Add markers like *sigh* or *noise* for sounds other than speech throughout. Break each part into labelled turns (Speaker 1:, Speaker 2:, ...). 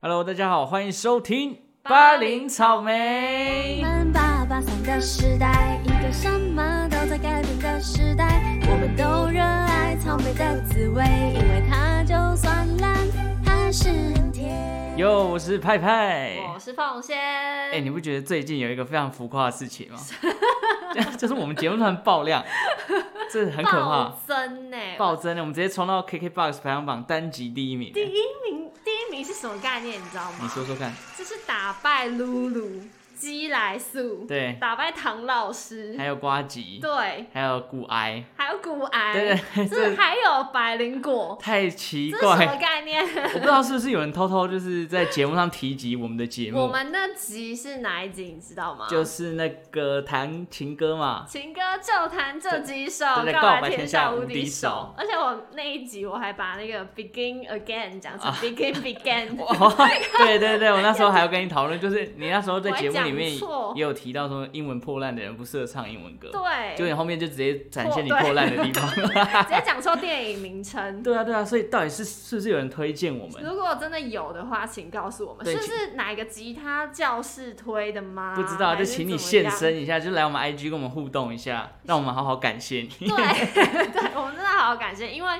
Speaker 1: Hello，大家好，欢迎收听八零草莓
Speaker 2: 我。们八八三的时代，一个什么都在改变的时代。我们都热爱草莓的滋味，因为它就算烂，还是很甜。
Speaker 1: 哟，我是派派。
Speaker 3: 我是凤仙。
Speaker 1: 哎、欸你不觉得最近有一个非常浮夸的事情吗？ *laughs* 就就是我们节目突然爆量，这很可怕
Speaker 3: 暴，增呢、欸
Speaker 1: 暴增了，我们直接冲到 KKBOX 排行榜单集第一名。
Speaker 3: 第一名，第一名是什么概念？你知道
Speaker 1: 你
Speaker 3: 吗？
Speaker 1: 说说看，
Speaker 3: 就是打败露露、基来素，
Speaker 1: 对，
Speaker 3: 打败唐老师
Speaker 1: 还，有瓜吉，
Speaker 3: 对，
Speaker 1: 还有骨癌，
Speaker 3: 还有古癌，
Speaker 1: 对对对
Speaker 3: 这还有百灵果，
Speaker 1: 太奇
Speaker 3: 这是什
Speaker 1: 怪
Speaker 3: 么。概念？
Speaker 1: 我不知道是不是有人偷偷就是在节目上提 *laughs* 及我们的节目，
Speaker 3: 我们那集是哪一集？你知道吗？
Speaker 1: 就是那个弹琴歌嘛，
Speaker 3: 情歌就弹这几首，
Speaker 1: 对对
Speaker 3: 告
Speaker 1: 告白
Speaker 3: 白
Speaker 1: 天
Speaker 3: 天
Speaker 1: 下
Speaker 3: 下
Speaker 1: 无
Speaker 3: 无
Speaker 1: 敌
Speaker 3: 敌
Speaker 1: 手
Speaker 3: 手。而且我那一集我还把那个 begin again 讲成
Speaker 1: 啊
Speaker 3: begin begin，、
Speaker 1: *laughs*
Speaker 3: *laughs*
Speaker 1: 哦，对对对，我那时候还要跟你讨论，就是你那时候在节目里面
Speaker 3: 我还讲错
Speaker 1: 也有提到说，英文破烂的人不适合唱英文歌，
Speaker 3: 对，
Speaker 1: 就你后面就直接展现你
Speaker 3: 破对
Speaker 1: 破烂的地方。
Speaker 3: 直接讲错电影名称。
Speaker 1: 对啊对啊，所以到底是是不是有人推荐我们？
Speaker 3: 如果真的有的话，请告诉我们，
Speaker 1: 对
Speaker 3: 是不是哪个吉他教室推的吗？
Speaker 1: 不知道，就
Speaker 3: 还是
Speaker 1: 请你
Speaker 3: 怎么
Speaker 1: 现
Speaker 3: 样。
Speaker 1: 身一下，就来我们 IG 跟我们互动一下，让我们好好感谢你。
Speaker 3: 对 *laughs* 对，我们真的好好感谢，因为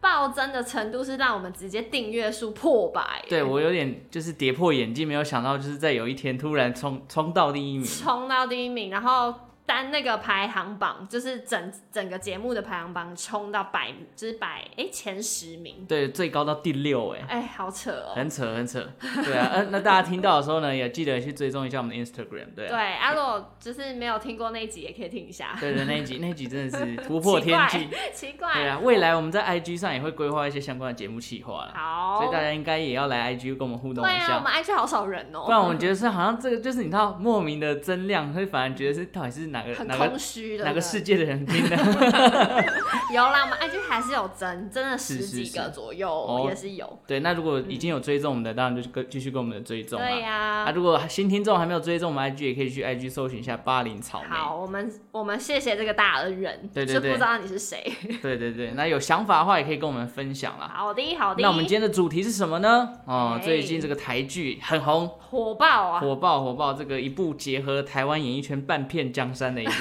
Speaker 3: 暴增的程度是让我们直接订阅数破百。
Speaker 1: 对我有点就是跌破眼镜，没有想到就是在有一天突然冲冲到第一名。
Speaker 3: 冲到第一名，然后单那个排行榜，就是整整个节目的排行榜冲到百，就是百哎、前十名，
Speaker 1: 对，最高到第六哎，
Speaker 3: 哎、好扯哦。
Speaker 1: 很扯很扯。对啊，呃，那大家听到的时候呢，也记得去追踪一下我们的 Instagram，对啊
Speaker 3: 对，阿洛就是没有听过那一集，也可以听一下。
Speaker 1: *laughs* 对对，那一集那一集真的是突破天际。
Speaker 3: 奇怪， *laughs* 哦
Speaker 1: 对啊，未来我们在 IG 上也会规划一些相关的节目企划啦，
Speaker 3: 好，
Speaker 1: 所以大家应该也要来 IG 跟我们互动
Speaker 3: 对
Speaker 1: 一
Speaker 3: 啊，我
Speaker 1: 下。
Speaker 3: 们 IG 好少人哦、
Speaker 1: 不然我们觉得是好像这个就是你知道莫名的增量，会反而觉得是到底是哪个
Speaker 3: *laughs* 很
Speaker 1: 哪
Speaker 3: 空
Speaker 1: 个
Speaker 3: 虚的。
Speaker 1: 哪个
Speaker 3: 对
Speaker 1: 世界的人听
Speaker 3: *laughs*
Speaker 1: 的？
Speaker 3: 有啦，我们 IG 还是有增，真的
Speaker 1: 是
Speaker 3: 十
Speaker 1: 是
Speaker 3: 几
Speaker 1: 是
Speaker 3: 个左右
Speaker 1: 哦
Speaker 3: 也是有。
Speaker 1: 对，那如果已经有追踪我们的，当然就跟继续跟我们的追踪
Speaker 3: 对
Speaker 1: 啊。
Speaker 3: 呀、
Speaker 1: 啊，如果新听众还没有追踪我们 IG，也可以去 IG 搜寻一下巴林草莓。
Speaker 3: 好，我们我们谢谢这个大恩人，
Speaker 1: 欸对对
Speaker 3: 就
Speaker 1: 对
Speaker 3: 不知道你
Speaker 1: *laughs*
Speaker 3: 是谁。
Speaker 1: 对对对，那有想法的话也可以跟我们分享啦。
Speaker 3: 好的，好的。
Speaker 1: 那我们今天的主题是什么呢？哦，
Speaker 3: 哎
Speaker 1: 最近这个台剧很红，
Speaker 3: 火爆啊！
Speaker 1: 火爆火爆！这个一部结合台湾演艺圈半片江山
Speaker 3: *laughs*
Speaker 1: 的一部，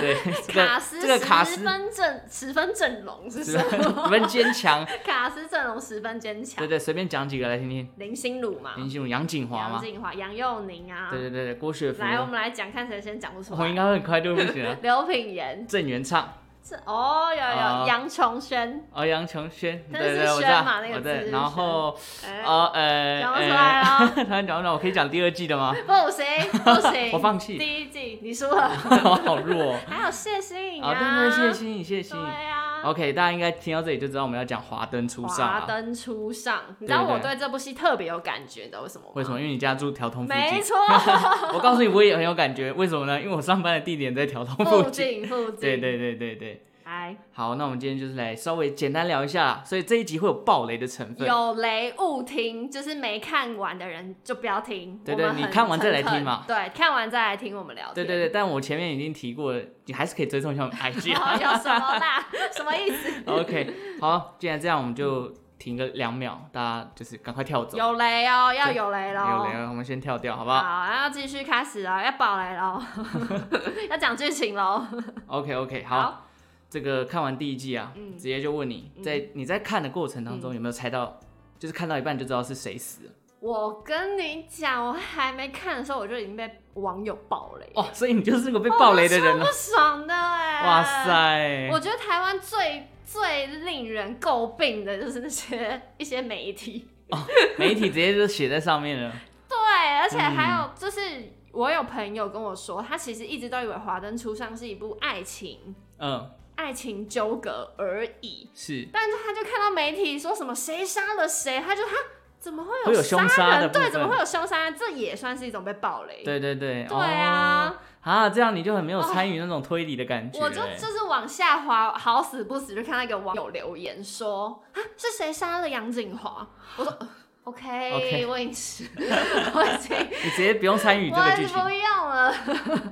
Speaker 1: 对，这
Speaker 3: 卡
Speaker 1: 个
Speaker 3: 斯
Speaker 1: 这个卡
Speaker 3: 十
Speaker 1: 斯
Speaker 3: 分阵十分阵容是
Speaker 1: 十
Speaker 3: 什
Speaker 1: 分
Speaker 3: 么？
Speaker 1: 十 *laughs* 分坚强，
Speaker 3: 卡斯阵容十分坚
Speaker 1: 对
Speaker 3: 强。
Speaker 1: 对，随便讲几个来听听。
Speaker 3: 林心如嘛，
Speaker 1: 林心如、杨锦华
Speaker 3: 杨
Speaker 1: 嘛，
Speaker 3: 静华、杨佑宁啊。
Speaker 1: 对对对对，郭雪芙，
Speaker 3: 来，我们来讲，看谁先讲不出
Speaker 1: 我应
Speaker 3: 来。。
Speaker 1: 该会很快就不行了
Speaker 3: 刘品言，
Speaker 1: 郑元畅，
Speaker 3: 这哦有
Speaker 1: 啊
Speaker 3: 有杨琼轩，
Speaker 1: 哦，杨琼轩，对
Speaker 3: 但是
Speaker 1: 对，我知
Speaker 3: 轩
Speaker 1: 道
Speaker 3: 嘛那，个
Speaker 1: 我
Speaker 3: 字是
Speaker 1: 对，
Speaker 3: 轩
Speaker 1: 然后
Speaker 3: 哎，
Speaker 1: 呃呃，
Speaker 3: 讲不出
Speaker 1: 呃
Speaker 3: 来
Speaker 1: *laughs*
Speaker 3: 啊了，
Speaker 1: 突然讲不出来，我可以讲第二季的吗？ *laughs*
Speaker 3: 不行不行，
Speaker 1: 我放弃
Speaker 3: 第一季你输了，
Speaker 1: 好
Speaker 3: *laughs*
Speaker 1: 弱哦，
Speaker 3: 还有谢欣颖
Speaker 1: 啊，
Speaker 3: 啊，
Speaker 1: 对对，谢谢欣颖，谢谢欣颖。
Speaker 3: 对啊。
Speaker 1: OK，大家应该听到这里就知道我们要讲《华灯初上》啊
Speaker 3: 华
Speaker 1: 了。
Speaker 3: 灯初上，你知道
Speaker 1: 对对
Speaker 3: 我对这部戏特别有感觉的，为什么吗？
Speaker 1: 为什么？因为你家住条通附
Speaker 3: 没
Speaker 1: 近。
Speaker 3: 错，
Speaker 1: *laughs* 我告诉你，我也很有感觉。为什么呢？因为我上班的地点在条通
Speaker 3: 附
Speaker 1: 近。
Speaker 3: 近哦附近，
Speaker 1: 对对对对对。
Speaker 3: 哎，
Speaker 1: 好，那我们今天就是来稍微简单聊一下啦。所以这一集会有暴雷的成分。
Speaker 3: 有雷勿听，就是没看完的人就不要听。
Speaker 1: 对对
Speaker 3: 我们很
Speaker 1: 你看完再来听嘛
Speaker 3: 诚恳对，看完再来听我们聊天。
Speaker 1: 对对对，但我前面已经提过了，你还是可以追踪一下我们 IG
Speaker 3: *laughs* 哦，
Speaker 1: 啊。
Speaker 3: 有什么啦？什么意思？
Speaker 1: *laughs* OK，好，既然这样，我们就停个两秒，大家就是赶快跳 *laughs* 走。
Speaker 3: 有雷哦，要有雷喽。
Speaker 1: 有雷了，我们先跳掉，好不
Speaker 3: 好，
Speaker 1: 好
Speaker 3: 然后继续开始哦，要爆
Speaker 1: *laughs*
Speaker 3: 雷喽，要讲剧情喽。
Speaker 1: ？OK OK，好。这个看完第一季啊，直接就问你在你在看的过程当中有没有猜到，就是看到一半就知道是谁死了
Speaker 3: 我跟你讲，我还没看的时候，我就已经被网友爆雷，
Speaker 1: 哦，所以你就是个被暴雷的人哦
Speaker 3: 超
Speaker 1: 了
Speaker 3: 不。爽的哎、
Speaker 1: 哇！塞，
Speaker 3: 我觉得台湾最最令人诟病的就是那些一些媒体，
Speaker 1: *laughs*
Speaker 3: *laughs*
Speaker 1: 媒体直接就写在上面了。
Speaker 3: 对，而且还
Speaker 1: 嗯
Speaker 3: 有就是，我有朋友跟我说，他其实一直都以为《华灯初上》是一部爱情
Speaker 1: 嗯，
Speaker 3: 爱情纠葛而已，
Speaker 1: 是
Speaker 3: 但是他就看到媒体说什么谁杀了谁，他就哈怎么会
Speaker 1: 会有
Speaker 3: 有
Speaker 1: 凶杀
Speaker 3: 杀
Speaker 1: 的
Speaker 3: 人？
Speaker 1: 部分
Speaker 3: 对，怎么会有凶杀？这也算是一种被暴雷。
Speaker 1: 对对对，
Speaker 3: 对啊
Speaker 1: 哦，啊，这样你就很没有参与那种推理的感觉。哎
Speaker 3: 我就就是往下滑，好死不死就看到一个网友留言说啊，是谁杀了杨景华？我说呃 OK，,
Speaker 1: OK
Speaker 3: 我
Speaker 1: *laughs*
Speaker 3: 已经我已经
Speaker 1: 你直接不用参与这
Speaker 3: *laughs* 我
Speaker 1: 个
Speaker 3: 还
Speaker 1: 剧
Speaker 3: 是
Speaker 1: 情
Speaker 3: 不。要了。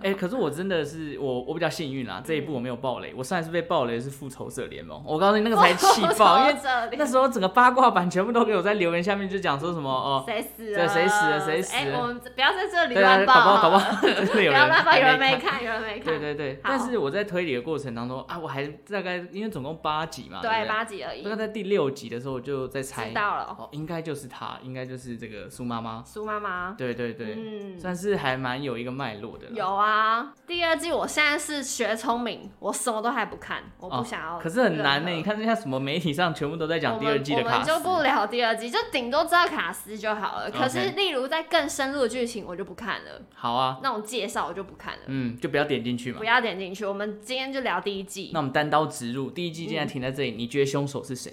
Speaker 1: 哎、可是我真的是我我比较幸运啦，这一部我没有爆雷。我上一次被爆雷的是《复仇者联盟》，我告诉你那个才气爆，
Speaker 3: *laughs*
Speaker 1: 因为
Speaker 3: 为
Speaker 1: 那时候整个八卦版全部都给我在留言下面就讲说什么
Speaker 3: *laughs*
Speaker 1: 哦，
Speaker 3: 谁死
Speaker 1: 对
Speaker 3: 了？
Speaker 1: 谁死了谁死
Speaker 3: 哎、
Speaker 1: 了
Speaker 3: 我们不要在这里
Speaker 1: 对啊，
Speaker 3: 乱
Speaker 1: 搞不好搞不
Speaker 3: 报， *laughs*
Speaker 1: 好 *laughs* 真的
Speaker 3: 不
Speaker 1: 有
Speaker 3: 要
Speaker 1: 人
Speaker 3: 乱报，有人
Speaker 1: 还
Speaker 3: 没
Speaker 1: 没。
Speaker 3: 看，有人没看。
Speaker 1: 对对对，
Speaker 3: 好
Speaker 1: 但是我在推理的过程当中啊，我还大概因为总共八集嘛，对
Speaker 3: 对，
Speaker 1: 不对，
Speaker 3: 八集而已
Speaker 1: 大，概在第六集的时候我就在猜
Speaker 3: 知，道了。
Speaker 1: 哦，应该就是他，应该就是这个苏妈妈，
Speaker 3: 苏妈妈，
Speaker 1: 对对对，
Speaker 3: 嗯，
Speaker 1: 算是还蛮有一个脉络的啦。
Speaker 3: 有啊。第二季我现在是学聪明，我什么都还不看，我
Speaker 1: 哦
Speaker 3: 不想要任何、
Speaker 1: 可是很难呢。欸你看现在什么媒体上全部都在讲第二季的
Speaker 3: 我们我
Speaker 1: 卡
Speaker 3: 们
Speaker 1: 斯，
Speaker 3: 就不聊第二季，就顶多知道卡斯就好了。
Speaker 1: OK
Speaker 3: 可是，例如在更深入的剧情，我就不看了，
Speaker 1: 好啊，
Speaker 3: 那种介绍我就不看了，
Speaker 1: 嗯，就不要点进去嘛
Speaker 3: 不。要点进去。我们今天就聊第一季
Speaker 1: 那。我们单刀直入，第一季竟
Speaker 3: 嗯
Speaker 1: 然停在这里，你觉得凶手是谁？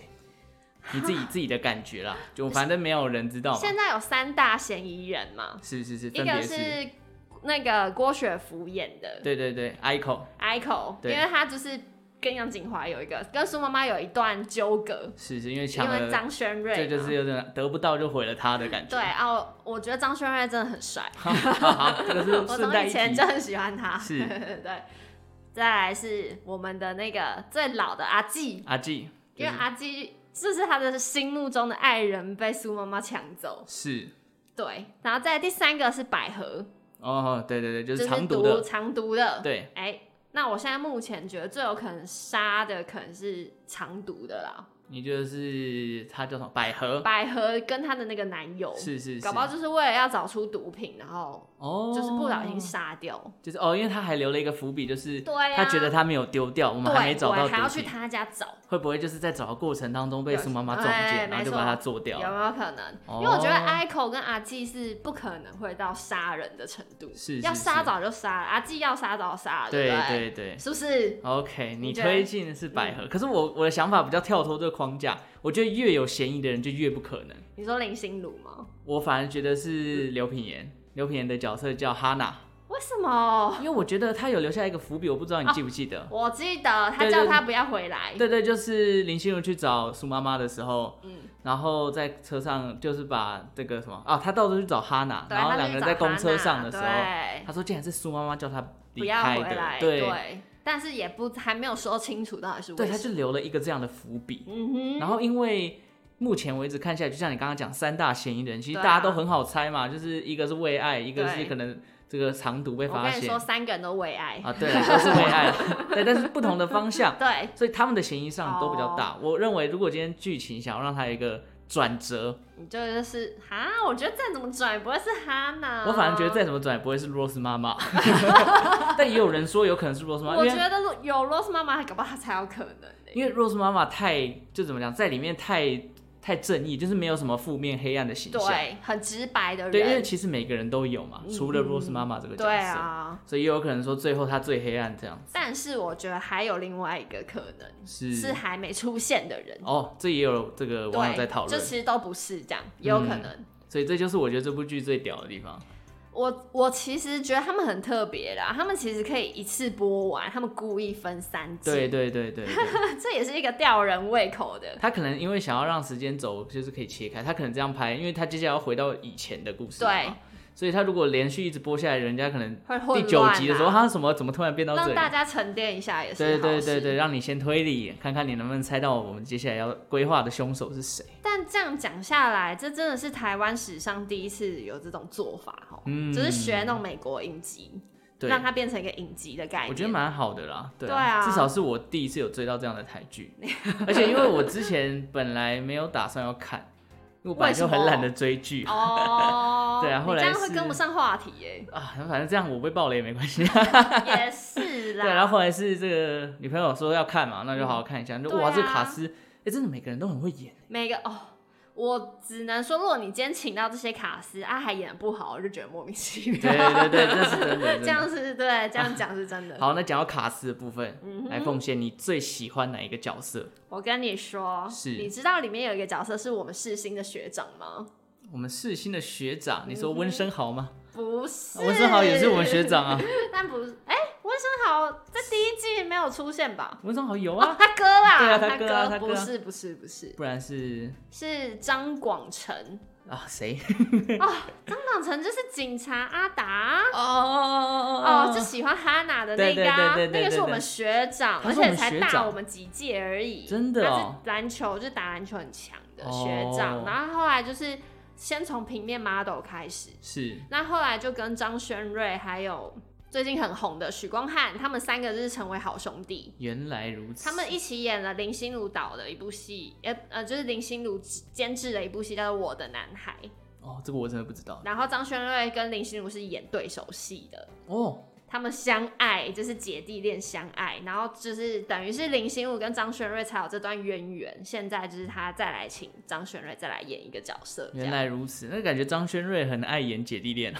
Speaker 1: 你
Speaker 3: *laughs*
Speaker 1: 自己自己的感觉啦，就反正没有人知道嘛。
Speaker 3: 现在有三大嫌疑人嘛，
Speaker 1: 是是是，
Speaker 3: 一
Speaker 1: 分
Speaker 3: 个
Speaker 1: 别是，
Speaker 3: 是那个郭雪芙演的
Speaker 1: 对对对，Ico
Speaker 3: Ico，因
Speaker 1: 对
Speaker 3: 为他就是跟杨景华有一个跟苏妈妈有一段纠葛，
Speaker 1: 是是因为抢
Speaker 3: 因为
Speaker 1: 了，
Speaker 3: 张轩瑞
Speaker 1: 这
Speaker 3: 嘛
Speaker 1: 就是有点得不到就毁了他的感觉。
Speaker 3: 对，啊，我我觉得张轩瑞真的很帅，
Speaker 1: 好好，这个
Speaker 3: 我
Speaker 1: 是顺
Speaker 3: 从
Speaker 1: 带
Speaker 3: 以
Speaker 1: 一
Speaker 3: 前
Speaker 1: 提
Speaker 3: 就，很喜欢他。
Speaker 1: 是
Speaker 3: *laughs* 对。再来是我们的那个最老的阿纪，
Speaker 1: 阿纪，
Speaker 3: 因为阿纪就是他的心目中的爱人被苏妈妈抢走，
Speaker 1: 是
Speaker 3: 对。然后再来第三个是百合，
Speaker 1: 哦，对对对，就
Speaker 3: 就是是
Speaker 1: 藏毒
Speaker 3: 毒
Speaker 1: 的，
Speaker 3: 藏毒的。
Speaker 1: 对，
Speaker 3: 哎、那我现在目前觉得最有可能杀的可能是藏毒的啦，
Speaker 1: 你就是他叫什么百合，
Speaker 3: 百合跟她的那个男友，
Speaker 1: 是是是，
Speaker 3: 搞不好就是为了要找出毒品，然后
Speaker 1: 哦，
Speaker 3: 就是不小心，杀掉。
Speaker 1: 就是哦，因为他还留了一个伏笔，就是
Speaker 3: 对啊
Speaker 1: 他觉得他没有丢掉，我们
Speaker 3: 对，
Speaker 1: 还没找到
Speaker 3: 对还要
Speaker 1: 毒
Speaker 3: 去
Speaker 1: 品。
Speaker 3: 他家找，
Speaker 1: 会不会就是在找的过程当中被
Speaker 3: 有
Speaker 1: 苏妈妈撞
Speaker 3: 哎
Speaker 1: 见，然后
Speaker 3: 没
Speaker 1: 就
Speaker 3: 错
Speaker 1: 把它做掉
Speaker 3: 有？没有可能？
Speaker 1: 哦
Speaker 3: 因为我觉得 Ico 跟阿纪是不可能会到杀人的程度，
Speaker 1: 是是
Speaker 3: 要杀
Speaker 1: 是
Speaker 3: 早就杀了，阿纪要杀早杀了，
Speaker 1: 对
Speaker 3: 不
Speaker 1: 对对。
Speaker 3: 是不是？
Speaker 1: OK，你
Speaker 3: 你觉得
Speaker 1: 推进的是百合，可是我我的想法比较跳脱这个框架，我觉得越有嫌疑的人就越不可能。
Speaker 3: 你说林心如吗？
Speaker 1: 我反而觉得是
Speaker 3: 嗯
Speaker 1: 刘品言，刘品言的角色叫哈娜，
Speaker 3: 为什么？
Speaker 1: 因为我觉得他有留下一个伏笔，我不知道你记不记得。
Speaker 3: 我记得他
Speaker 1: 对
Speaker 3: 叫
Speaker 1: 对
Speaker 3: 他不要回来，
Speaker 1: 对对，就是林心如去找苏妈妈的时候，
Speaker 3: 嗯
Speaker 1: 然后在车上就是把这个什么啊，他到处去找哈娜，
Speaker 3: 对
Speaker 1: 然后
Speaker 3: 他
Speaker 1: 两
Speaker 3: 就
Speaker 1: 个
Speaker 3: 去
Speaker 1: 人
Speaker 3: 找
Speaker 1: 在公车上
Speaker 3: 哈
Speaker 1: 的
Speaker 3: 娜
Speaker 1: 时候，
Speaker 3: 对
Speaker 1: 他说竟然是苏妈妈叫他
Speaker 3: 不
Speaker 1: 离
Speaker 3: 要
Speaker 1: 开
Speaker 3: 回
Speaker 1: 的
Speaker 3: 来，，
Speaker 1: 对
Speaker 3: 但是也不还没有说清楚到底是为
Speaker 1: 对，
Speaker 3: 什
Speaker 1: 他
Speaker 3: 么。
Speaker 1: 就留了一个这样的伏笔。
Speaker 3: 嗯哼，
Speaker 1: 然后因为目前为止看下来，就像你刚刚讲三大嫌疑人，其实
Speaker 3: 对
Speaker 1: 大
Speaker 3: 啊
Speaker 1: 家都很好猜嘛，就是一个是为爱，一个是
Speaker 3: 对
Speaker 1: 可能这个藏毒被
Speaker 3: 我
Speaker 1: 发
Speaker 3: 跟你
Speaker 1: 现
Speaker 3: 说，三个人都为爱，
Speaker 1: 啊，对，都是为爱，
Speaker 3: *laughs*
Speaker 1: 对，但是不同的方向，
Speaker 3: 对，
Speaker 1: 所以他们的嫌疑上都比较
Speaker 3: 哦
Speaker 1: 大。我认为如果今天剧情想要让它有一个转折，
Speaker 3: 你就是哈，我觉得再怎么转也不会是哈娜，
Speaker 1: 我反而觉得再怎么转也不会是 Rose 妈 *laughs* 妈，但也有人说有可能是 Rose 妈妈，
Speaker 3: 我
Speaker 1: 因
Speaker 3: 觉
Speaker 1: 为
Speaker 3: 得如有 Rose 妈妈，搞不好她才有可能、欸。
Speaker 1: 因为 Rose 妈妈太就怎么讲，在里面太太正义，就是没有什么负面黑暗的形象。
Speaker 3: 对，很直白的人。
Speaker 1: 啊对，因为其实每个人都有嘛，
Speaker 3: 嗯
Speaker 1: 除了 Rose 妈妈这个角色，
Speaker 3: 对啊，
Speaker 1: 所以也有可能说最后她最黑暗这样子。
Speaker 3: 但是我觉得还有另外一个可能
Speaker 1: 是
Speaker 3: 是还没出现的人，
Speaker 1: 哦，这也有这个网友在
Speaker 3: 对
Speaker 1: 讨，
Speaker 3: 就
Speaker 1: 论，嗯
Speaker 3: 其实都不是这样，也有可能。
Speaker 1: 所以这就是我觉得这部剧最屌的地方。
Speaker 3: 我我其实觉得他们很特别啦，他们其实可以一次播完，他们故意分三季，
Speaker 1: 对对对对对，
Speaker 3: 这也是一个吊人胃口的。
Speaker 1: 他可能因为想要让时间走，就是可以切开，他可能这样拍，因为他接下来要回到以前的故事嘛，
Speaker 3: 对，
Speaker 1: 所以他如果连续一直播下来，人家可能
Speaker 3: 会混
Speaker 1: 第九集的时候，
Speaker 3: 乱啊
Speaker 1: 他什么怎么突然变到这
Speaker 3: 让
Speaker 1: 里？
Speaker 3: 大家沉淀一下也是
Speaker 1: 对
Speaker 3: 好
Speaker 1: 对
Speaker 3: 事
Speaker 1: 对对，让你先推理，看看你能不能猜到我们接下来要规划的凶手是谁。
Speaker 3: 但这样讲下来，这真的是台湾史上第一次有这种做法哦，
Speaker 1: 嗯
Speaker 3: 就是学那种美国影集，
Speaker 1: 对，
Speaker 3: 让它变成一个影集的概念。
Speaker 1: 我觉得蛮好的啦，对
Speaker 3: 对啊
Speaker 1: 至少是我第一次有追到这样的台剧，而且因为我之前本来没有打算要看，因为我本来就很懒得追剧
Speaker 3: 哦，
Speaker 1: *laughs* 对啊后来
Speaker 3: 你这样会
Speaker 1: 是
Speaker 3: 跟不上话题
Speaker 1: *laughs*
Speaker 3: 耶，
Speaker 1: 啊，反正这样我被爆雷也没关系。
Speaker 3: 也是啦。
Speaker 1: 对，啊然后后来是这个女朋友说要看嘛，那就好好看一下。就
Speaker 3: 对
Speaker 1: 哇，
Speaker 3: 啊
Speaker 1: 这卡斯，哎、真的每个人都很会演，
Speaker 3: 每个哦，我只能说，如果你今天请到这些卡司啊，还演得不好，我就觉得莫名其
Speaker 1: *laughs*
Speaker 3: 妙。
Speaker 1: 对对
Speaker 3: *laughs*
Speaker 1: 对， *laughs* 这是真的。真
Speaker 3: 这
Speaker 1: 的
Speaker 3: 样是对，这样讲是真
Speaker 1: *laughs*
Speaker 3: 的。
Speaker 1: 好，那讲到卡斯的部分，
Speaker 3: 嗯哼
Speaker 1: 来奉献你最喜欢哪一个角色？
Speaker 3: 我跟你说，
Speaker 1: 是
Speaker 3: 你知道里面有一个角色是我们世新的学长吗？
Speaker 1: 我们世新的学长，你说温升豪吗？啊
Speaker 3: 不是，
Speaker 1: 温升豪也嗯哦是我们学，长啊，
Speaker 3: 但不是。哎、温升豪在第一季没有出
Speaker 1: *laughs*
Speaker 3: 现吧？
Speaker 1: 温升豪有
Speaker 3: 哦
Speaker 1: 啊，，
Speaker 3: 他哥啦，
Speaker 1: 对啊他
Speaker 3: 他
Speaker 1: 哥啊他哥啊
Speaker 3: 不是不是不是，
Speaker 1: 不然是
Speaker 3: 是张广成，
Speaker 1: 啊，谁？ *laughs*
Speaker 3: 张朗成就是警察阿达。
Speaker 1: 哦哦
Speaker 3: 哦，就喜欢哈娜的那
Speaker 1: 对对
Speaker 3: 个啊，
Speaker 1: 对对对
Speaker 3: 那个是
Speaker 1: 对
Speaker 3: 我们学长，
Speaker 1: 他
Speaker 3: 而
Speaker 1: 是我
Speaker 3: 且
Speaker 1: 们
Speaker 3: 才
Speaker 1: 学
Speaker 3: 大
Speaker 1: 长
Speaker 3: 我们几届而已。
Speaker 1: 真的哦
Speaker 3: 他是篮球就是打篮球很强的学
Speaker 1: 哦
Speaker 3: 长，然后后来就是先从平面 model 开始，
Speaker 1: 是
Speaker 3: 那后来就跟张轩瑞还有最近很红的许光汉，他们三个就是成为好兄弟。
Speaker 1: 原来如此。
Speaker 3: 他们一起演了林心如导的一部戏，呃呃，就是林心如监制的一部戏，叫做《我的男孩》。
Speaker 1: 哦，这个我真的不知道
Speaker 3: 然后张轩瑞跟林心如是演对手戏的，
Speaker 1: 哦。
Speaker 3: 他们相爱，就是姐弟恋相爱，然后就是等于是林心如跟张轩瑞才有这段渊源。现在就是他再来请张轩瑞再来演一个角色，这
Speaker 1: 原
Speaker 3: 样
Speaker 1: 来如此，那感觉张轩瑞很爱演姐弟
Speaker 3: *laughs*
Speaker 1: 恋，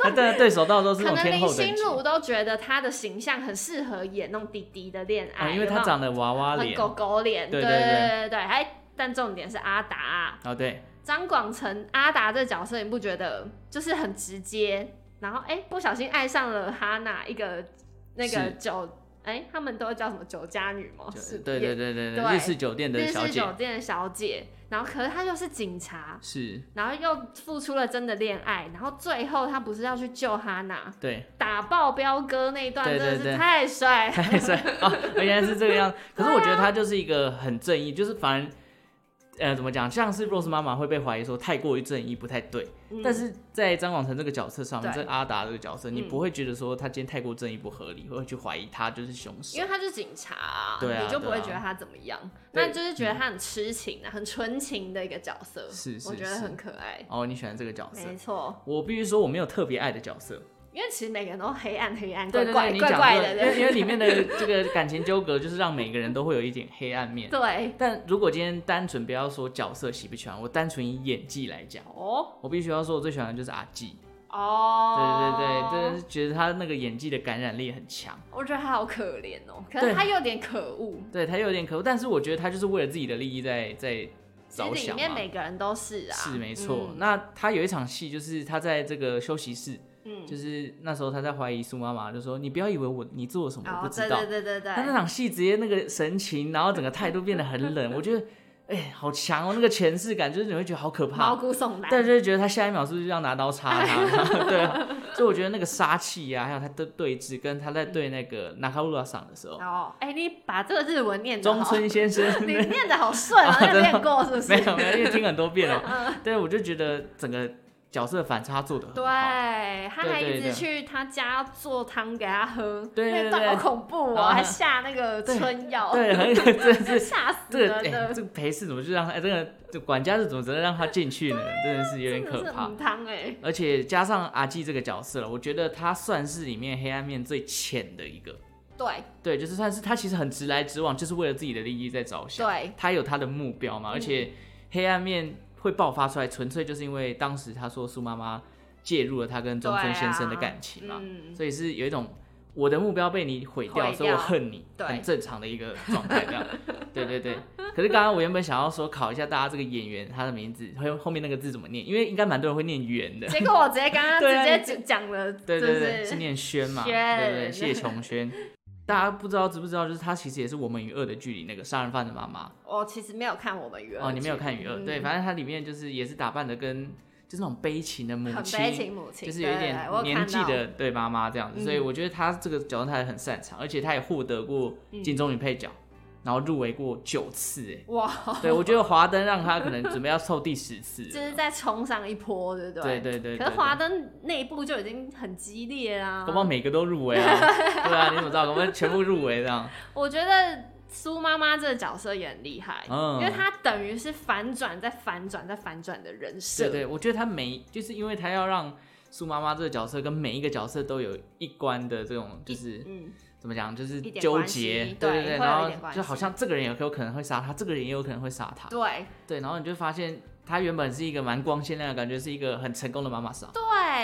Speaker 1: 他的对手到时候是
Speaker 3: 可
Speaker 1: 那种
Speaker 3: 能
Speaker 1: 天
Speaker 3: 林
Speaker 1: 后等
Speaker 3: 心
Speaker 1: 级，
Speaker 3: 如都觉得她的形象很适合演那种弟弟的恋爱，
Speaker 1: 啊，因为他长得娃娃
Speaker 3: 有那种很
Speaker 1: 脸，
Speaker 3: 狗狗脸，
Speaker 1: 对
Speaker 3: 对
Speaker 1: 对
Speaker 3: 对对，还但重点是阿达啊
Speaker 1: 哦对，
Speaker 3: 张广成阿达这角色，你不觉得就是很直接？然后哎、不小心爱上了哈娜一个那个
Speaker 1: 是
Speaker 3: 酒哎、他们都叫什么酒家女吗？
Speaker 1: 就是对对对对
Speaker 3: 对
Speaker 1: 日式酒店的
Speaker 3: 日
Speaker 1: 小
Speaker 3: 式
Speaker 1: 姐
Speaker 3: 酒店的小姐，然后可是她又是警察，
Speaker 1: 是，
Speaker 3: 然后又付出了真的恋爱，然后最后她不是要去救哈娜，
Speaker 1: 对， *laughs*
Speaker 3: 打爆彪哥那一段真
Speaker 1: 对
Speaker 3: 的
Speaker 1: 对
Speaker 3: 是
Speaker 1: 对
Speaker 3: 太帅了，
Speaker 1: 太帅啊，原来是这个样。可是我觉得他就是一个很正义，就是反而呃怎么讲，像是 Rose 妈妈会被怀疑说太过于正义不太对，
Speaker 3: 嗯
Speaker 1: 但是在张广成这个角色上面，
Speaker 3: 对
Speaker 1: 这阿达这个角色，你
Speaker 3: 嗯
Speaker 1: 不会觉得说他今天太过正义不合理，会去怀疑他就是凶手
Speaker 3: 因。为他是警察啊，
Speaker 1: 对啊
Speaker 3: 你就不会
Speaker 1: 对啊
Speaker 3: 觉得他怎么样，
Speaker 1: 对嗯
Speaker 3: 那就是觉得他很痴情啊，很纯情的一个角色，
Speaker 1: 是是
Speaker 3: 我觉得
Speaker 1: 是
Speaker 3: 很可爱，
Speaker 1: 哦，你喜欢这个角色
Speaker 3: 没？错，
Speaker 1: 我必须说我没有特别爱的角色，
Speaker 3: 因为其实每个人都黑暗黑暗，
Speaker 1: 对对
Speaker 3: 怪怪
Speaker 1: 对，你
Speaker 3: 怪
Speaker 1: 讲
Speaker 3: 怪
Speaker 1: 对
Speaker 3: 的，
Speaker 1: 因为因为
Speaker 3: 对
Speaker 1: 里面的这个感情纠葛，就是让每个人都会有一点黑暗面。
Speaker 3: *laughs* 对
Speaker 1: 但如果今天单纯不要说角色喜不喜欢，我单纯以演技来讲，
Speaker 3: 哦
Speaker 1: 我必须要说我最喜欢的就是阿纪。
Speaker 3: 哦，
Speaker 1: 对对对，就是觉得他那个演技的感染力很强。
Speaker 3: 我觉得他好可怜哦，可是
Speaker 1: 对
Speaker 3: 他有点可恶，
Speaker 1: 对他有点可恶，但是我觉得他就是为了自己的利益在在
Speaker 3: 其实
Speaker 1: 着
Speaker 3: 里
Speaker 1: 想
Speaker 3: 面
Speaker 1: 嘛。
Speaker 3: 每个人都是啊，
Speaker 1: 是没错。
Speaker 3: 嗯
Speaker 1: 那他有一场戏，就是他在这个休息室，
Speaker 3: 嗯，
Speaker 1: 就是那时候他在怀疑苏妈妈，就说：“你不要以为我你做了什么我
Speaker 3: 哦，
Speaker 1: 不
Speaker 3: 对
Speaker 1: 知道。
Speaker 3: 对对对对，
Speaker 1: 他那场戏直接那个神情，然后整个态度变得很冷，我觉得，哎、好强哦，那个前世感，就是你会觉得好可怕
Speaker 3: 毛。骨悚然，
Speaker 1: 但就是觉得他下一秒是不是要拿刀插他？ *laughs* 对啊，所以我觉得那个杀气啊，还有他的对峙，跟他在对那个纳卡路拉桑的时候，
Speaker 3: 哦，哎、你把这个日文念的
Speaker 1: 中
Speaker 3: 好，
Speaker 1: 村先生
Speaker 3: 哦 *laughs* 你念的好
Speaker 1: *laughs*
Speaker 3: 顺啊，
Speaker 1: 哦
Speaker 3: 那
Speaker 1: 真的
Speaker 3: 念过是不是？
Speaker 1: 没有没有，因为听很多遍
Speaker 3: 嗯
Speaker 1: 了。对，我就觉得整个角色反差做的
Speaker 3: *laughs* 对，
Speaker 1: 很好。
Speaker 3: 他
Speaker 1: 对
Speaker 3: 还
Speaker 1: 对
Speaker 3: 一直
Speaker 1: 对
Speaker 3: 去他家做汤给他喝，
Speaker 1: 对对
Speaker 3: 那段
Speaker 1: 对
Speaker 3: 好恐怖哦，
Speaker 1: 啊
Speaker 3: 还下那个春药，
Speaker 1: 对，很真的是
Speaker 3: *laughs* 吓死
Speaker 1: 这个
Speaker 3: 人
Speaker 1: 哎、
Speaker 3: 的，
Speaker 1: 这个陪侍怎么就让他哎、这个这管家是怎么只能让他进去呢？真的是有
Speaker 3: 真
Speaker 1: 点
Speaker 3: 的
Speaker 1: 可
Speaker 3: 是
Speaker 1: 怕
Speaker 3: 很。汤哎，
Speaker 1: 而且加上阿纪这个角色了，我觉得他算是里面黑暗面最浅的一个。
Speaker 3: 对
Speaker 1: 对，就是算是他其实很直来直往，就是为了自己的利益在着想。
Speaker 3: 对，嗯
Speaker 1: 他有他的目标嘛，而且黑暗面会爆发出来，纯粹就是因为当时他说苏妈妈介入了他跟中
Speaker 3: 啊
Speaker 1: 村先生的感情嘛，
Speaker 3: 嗯，
Speaker 1: 所以是有一种我的目标被你毁掉，
Speaker 3: 毁掉
Speaker 1: 所以我恨你，
Speaker 3: 对
Speaker 1: 很正常的一个状态这
Speaker 3: *laughs*
Speaker 1: 样。对对对。可是刚刚我原本想要说考一下大家这个演员他的名字，还有后面那个字怎么念，因为应该蛮多人会念圆的。
Speaker 3: 结果我直接刚刚
Speaker 1: 对
Speaker 3: 直
Speaker 1: 啊
Speaker 3: 接
Speaker 1: 你
Speaker 3: 就讲了，
Speaker 1: 对
Speaker 3: 就
Speaker 1: 对对，是
Speaker 3: 是
Speaker 1: 念轩嘛，对
Speaker 3: 轩
Speaker 1: 对对，谢琼轩。大家不知道知不知道，就是他其实也是《我们与恶的距离》那个杀人犯的妈妈
Speaker 3: 我其实没有看我们娱乐
Speaker 1: 哦，你没有
Speaker 3: 剧
Speaker 1: 看《与恶》对，反正他里面就是也是打扮的跟就是那种悲情的母
Speaker 3: 很
Speaker 1: 亲，
Speaker 3: 悲情母亲，
Speaker 1: 就是有一
Speaker 3: 对
Speaker 1: 点
Speaker 3: 对我有
Speaker 1: 年
Speaker 3: 看
Speaker 1: 纪
Speaker 3: 到嗯
Speaker 1: 的对妈妈这样子，所以我觉得他这个角色他也很擅长，而且他也获得过
Speaker 3: 嗯
Speaker 1: 金棕榈配角，然后入围过九次，哎，
Speaker 3: 哇，
Speaker 1: 对我觉得华灯让他可能准备要凑第十次了，
Speaker 3: 哦 *laughs* 就是再冲上一波，对不
Speaker 1: 对
Speaker 3: 对？
Speaker 1: 对对，
Speaker 3: 可是
Speaker 1: 对
Speaker 3: 华灯那一部就已经很激烈啦
Speaker 1: 搞。不好每个都入围啊，对啊，你怎么知道？我们全部入围这
Speaker 3: *laughs*
Speaker 1: 样，
Speaker 3: 我觉得苏妈妈这个角色也很厉害，
Speaker 1: 嗯
Speaker 3: 因为她等于是反转再反转再反转的人设。
Speaker 1: 对对，我觉得他每就是因为他要让苏妈妈这个角色跟每一个角色都有一关的这种就是
Speaker 3: 嗯，
Speaker 1: 怎么讲，就是
Speaker 3: 一点
Speaker 1: 纠
Speaker 3: 关系
Speaker 1: 结，
Speaker 3: 对
Speaker 1: 对对，
Speaker 3: 会有一
Speaker 1: 然后
Speaker 3: 点关
Speaker 1: 就好
Speaker 3: 系
Speaker 1: 像这个人也有可能会杀他，这个人也有可能会杀他，
Speaker 3: 对
Speaker 1: 对，然后你就发现她原本是一个蛮光鲜亮的感觉，是一个很成功的妈妈桑，
Speaker 3: 对，